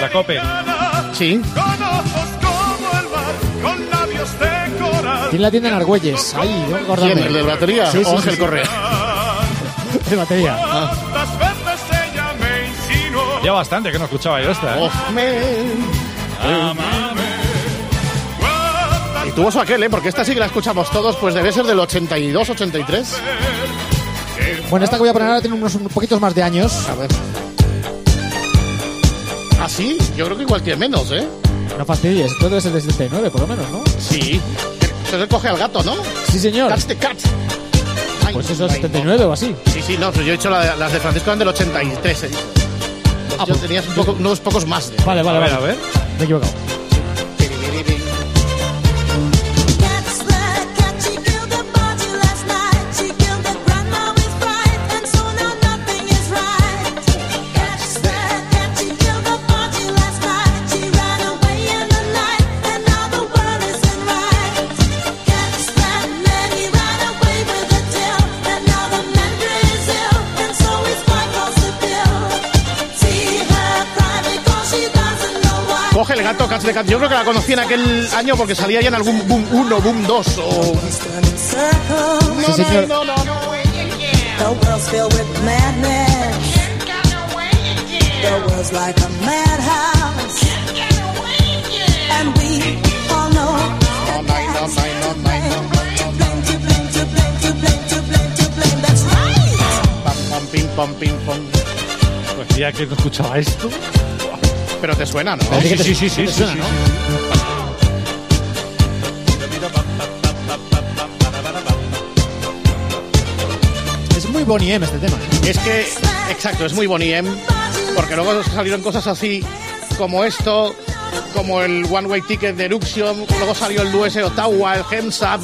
La cope.
Sí.
con ojos como el mar, con labios de coral.
Tiene la tienda en Argüelles. Ahí, yo acordarme.
¿Quién? ¿El de batería?
Sí, sí,
¿O
sí,
Ángel
sí.
Correa?
El batería.
¿Cuántas veces ella me insinuó?
Ya bastante que no escuchaba yo esta. ¿eh?
Y tuvo su aquel, ¿eh? Porque esta sí que la escuchamos todos, pues debe ser del 82, 83.
Bueno, esta que voy a poner ahora tiene unos un poquitos más de años.
A ver. ¿Ah, sí? Yo creo que igual tiene menos, ¿eh?
No fastidies. Esto debe ser del 79, por lo menos, ¿no?
Sí. Se le coge al gato, ¿no?
Sí, señor.
Catch the cat.
Pues eso, 79 o así.
Sí, sí, no, yo he hecho la- las de Francisco eran del 83. he dicho. ¿eh? Ah, pues yo tenías un poco- unos pocos más. ¿eh?
Vale, vale, vale. Me he equivocado.
Coge el gato, catch the cat. Yo creo que la conocí en aquel año porque salía ya en algún Boom 1, Boom 2 o...
The world's filled with madness.
The world's like a madhouse. And we all know that that's to blame, to blame, to blame, to blame, to blame, to blame, to blame. That's right.
Pam, pam, pim, pam, pim, pam. Pues ya que no escuchaba esto. Pero te suena, ¿no?
Parece que te- te suena,
sí,
¿no? Es muy Bonnie M este tema.
Es que, exacto, es muy Bonnie M, porque luego salieron cosas así como esto, como el One Way Ticket de Eruption, luego salió el US Ottawa, el Hems Up.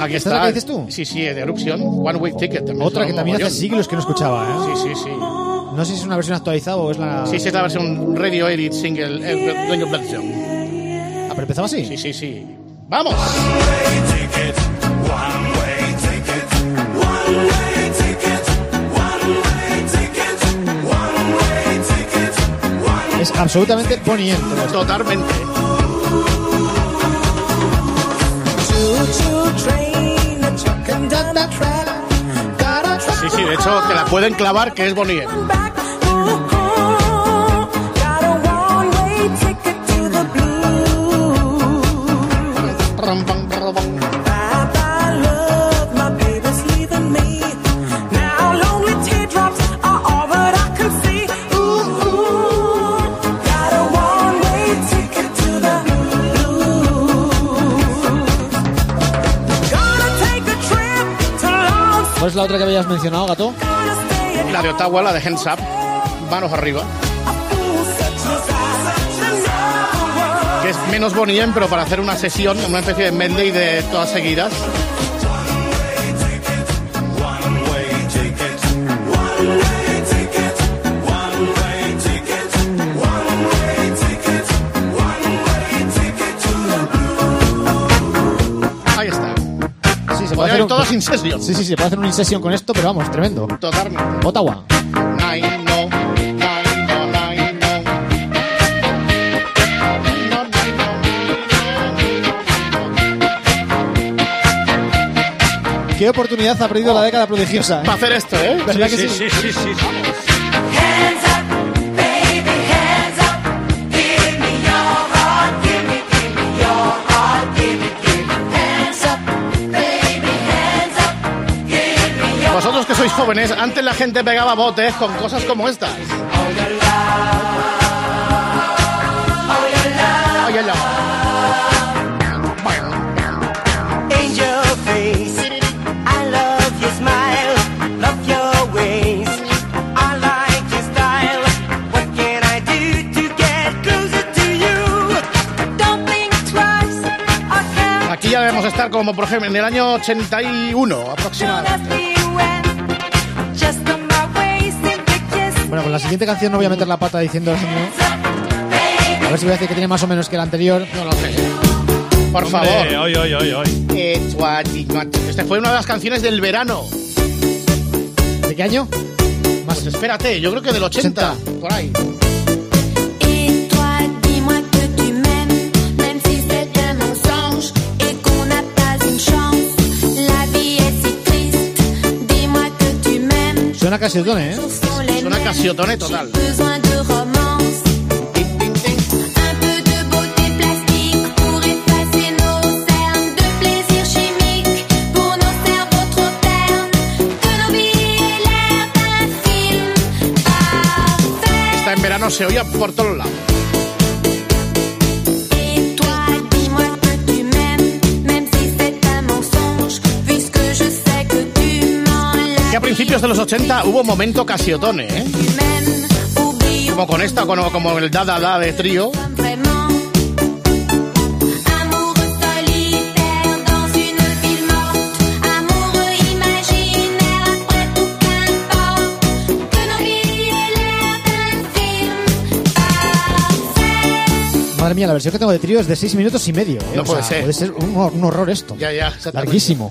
Aquí
¿Esta es
está.
la que dices tú?
Sí, sí, de Eruption, One Way Ticket también.
Otra
suena
que también hace
mogollón.
siglos que no escuchaba, ¿eh?
Sí, sí, sí.
No sé si es una versión actualizada o es la.
Sí, sí, es la versión Radio Edit Single, eh, Dueño Blackstone.
Ah, pero empezaba así.
Sí, sí, sí. ¡Vamos!
Es absolutamente Bonnie M. todo esto.
Totalmente. Sí, sí, de hecho te la pueden clavar que es Bonnie. M.
¿Cuál es la otra que habías mencionado, gato?
La de Ottawa, la de Hands Up, manos arriba. Que es menos Bonnie M, pero para hacer una sesión, una especie de medley de todas seguidas. Ahí está.
Sí, se
Podría haber todas in session.
Sí, sí, sí, se puede hacer una in session con esto, pero vamos, tremendo.
Totalmente.
Ottawa.
Nine, no, nine, no, nine, no.
¿Qué oportunidad ha perdido la década prodigiosa? eh?
Para hacer esto, ¿eh?
¿Verdad que sí?
sí, sí, sí. Vosotros que sois jóvenes, antes la gente pegaba botes con cosas como estas. Ay, ay, ay.
Angel face, I love your smile, love your ways. I like your style. What can I do to get closer to you? Don't blink twice. I can't
Aquí ya debemos estar como, por ejemplo, en el año 81 aproximadamente.
just on my way. Simply kiss
Bueno, con la siguiente canción no voy a meter la pata diciendo el año. A ver si voy a decir que tiene más o menos que la anterior.
No lo sé. Por
Hombre,
favor.
Hoy, hoy, hoy, hoy.
It's what you want. Esta fue una de las canciones del verano.
¿De qué año?
Pues espérate, yo creo que del 80, por ahí.
Et toi, dis-moi que tu m'aimes, même si c'est un mensonge et qu'on n'a pas une chance. La vie est si triste, dis-moi que tu m'aimes.
Suena casi el tono, ¿eh?
Sont les
Suena
mêmes.
casiotone total.
Besoin de romance, un peu de beauté plastique pour effacer nos cernes, de plaisir chimique pour nos cerveaux trop ternes, que nos vies aient l'air d'un film.
Esta en verano se oía por todos lados.
Et toi, dis-moi que tu m'aimes, même si c'est un mensonge, puisque je sais que tu mens.
Que a principios de los 80 hubo momento casiotone, ¿eh? Como con esta, como, como el da da da de trío.
Vraiment, amoureux solitaire dans une ville morte, amoureux imaginaire après tout qu'importe, que nos vies aient l'air d'un film parfait.
Madre mía, la versión que tengo de trío es de 6 minutos y medio. ¿eh?
No
O
puede
sea,
ser.
Puede ser un, hor- un horror esto.
Ya, ya, exactamente.
Larguísimo.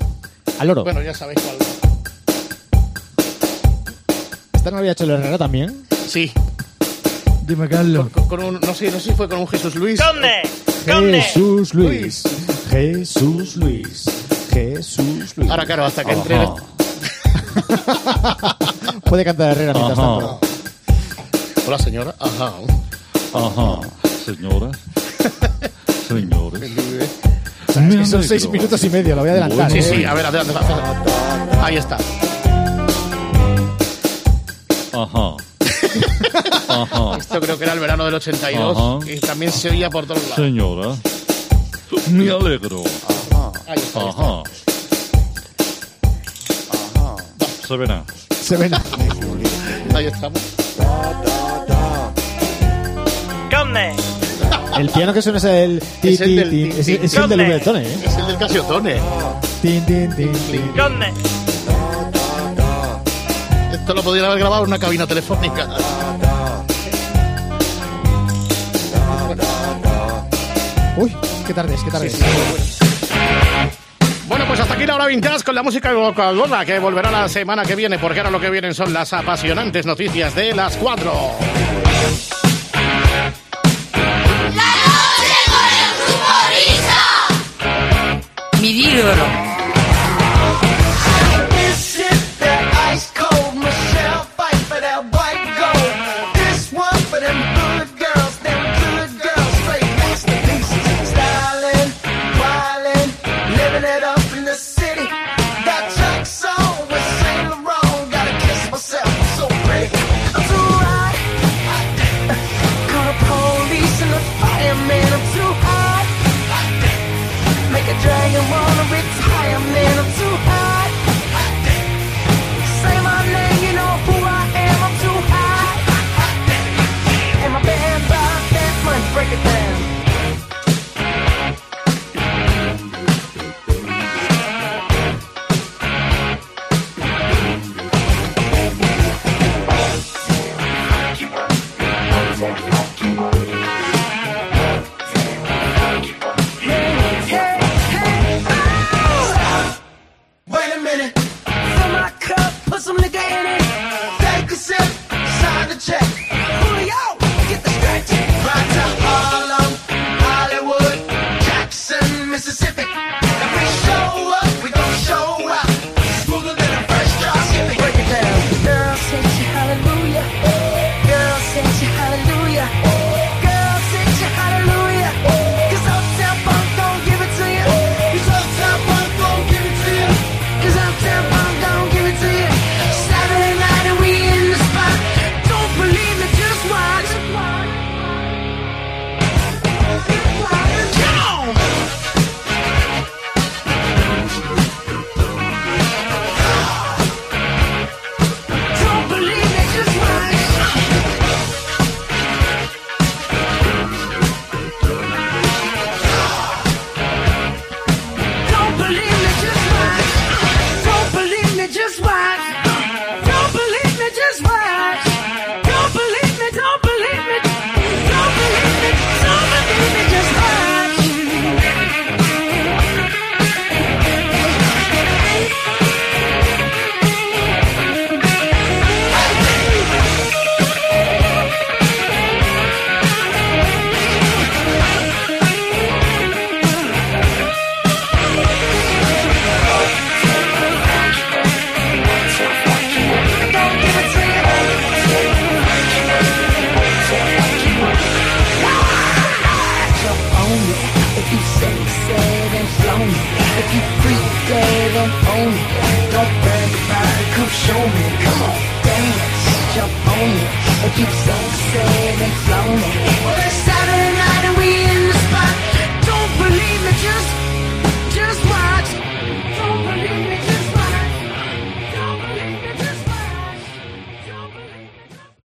Al oro.
Bueno, ya sabéis cuál.
¿Esta no la había hecho el Herrera también?
Sí.
Dime, Carlos.
Con, con un, no, sé, no sé si fue con un Jesús Luis.
¿Dónde?
Jesús Luis. Jesús Luis. Jesús Luis.
Ahora, claro, hasta que entre
Ajá. Puede cantar Herrera mientras
Ajá.
tanto.
Hola, señora. Ajá.
Ajá, señora. Señores.
O sea, es que son seis minutos y medio, lo voy a adelantar.
Sí,
¿eh?
sí, a ver, adelante. adelante. Ahí está.
Ajá. Ajá.
Esto creo que era el verano del 82
Ajá.
y también se oía por todos lados.
Señora. Me alegro.
Ahí
啊
está, ahí está.
Ajá. Se verá.
Se ven.
Ahí estamos.
¿Dónde?
El piano que suena es el. ti,
Es el
ti,
del-
ti,
ti,
es-
ti,
Es el del
¿dónde?
Ubetone, ¿eh?
Es el del Casiotone.
Tin, tin, tin, tin.
¿Dónde?
Esto lo podrían haber grabado en una cabina telefónica.
Uy, qué tarde es, qué tarde es.
Bueno, pues hasta aquí la hora vintage con la música de Boca Gorda, que volverá la semana que viene, porque ahora lo que vienen son las apasionantes noticias de las 4.
Mi ídolo.
Dragon wanna retire, man, I'm too hot. Say my name, you know who I am. I'm too high. And my band buys that money. Break it down. Wait a minute. Fill my cup, put some nigga in it. Take a sip, sign the check. Julio, get the stretch. Ride to Harlem, Hollywood, Jackson, Mississippi. If we show up, we gon' show up. Smoother than a fresh drop. Skip it. Break it down. Girl, sent you hallelujah. Girl, sent you hallelujah. Girl, sent you hallelujah. 'Cause Uptown Funk gon' give it to you. 'Cause Uptown Funk gon' give it to you. Cause I'm terrible, I'm gonna give it to you. Saturday night and we in the spot. Don't believe me, just watch. Come on! Don't believe me, just watch. Don't believe me, just watch. Don't believe me, just watch. Don't believe me, just watch. Don't believe me, don't believe me. Don't believe me, don't believe me, just watch. Jump on it, keep so sad and flown it.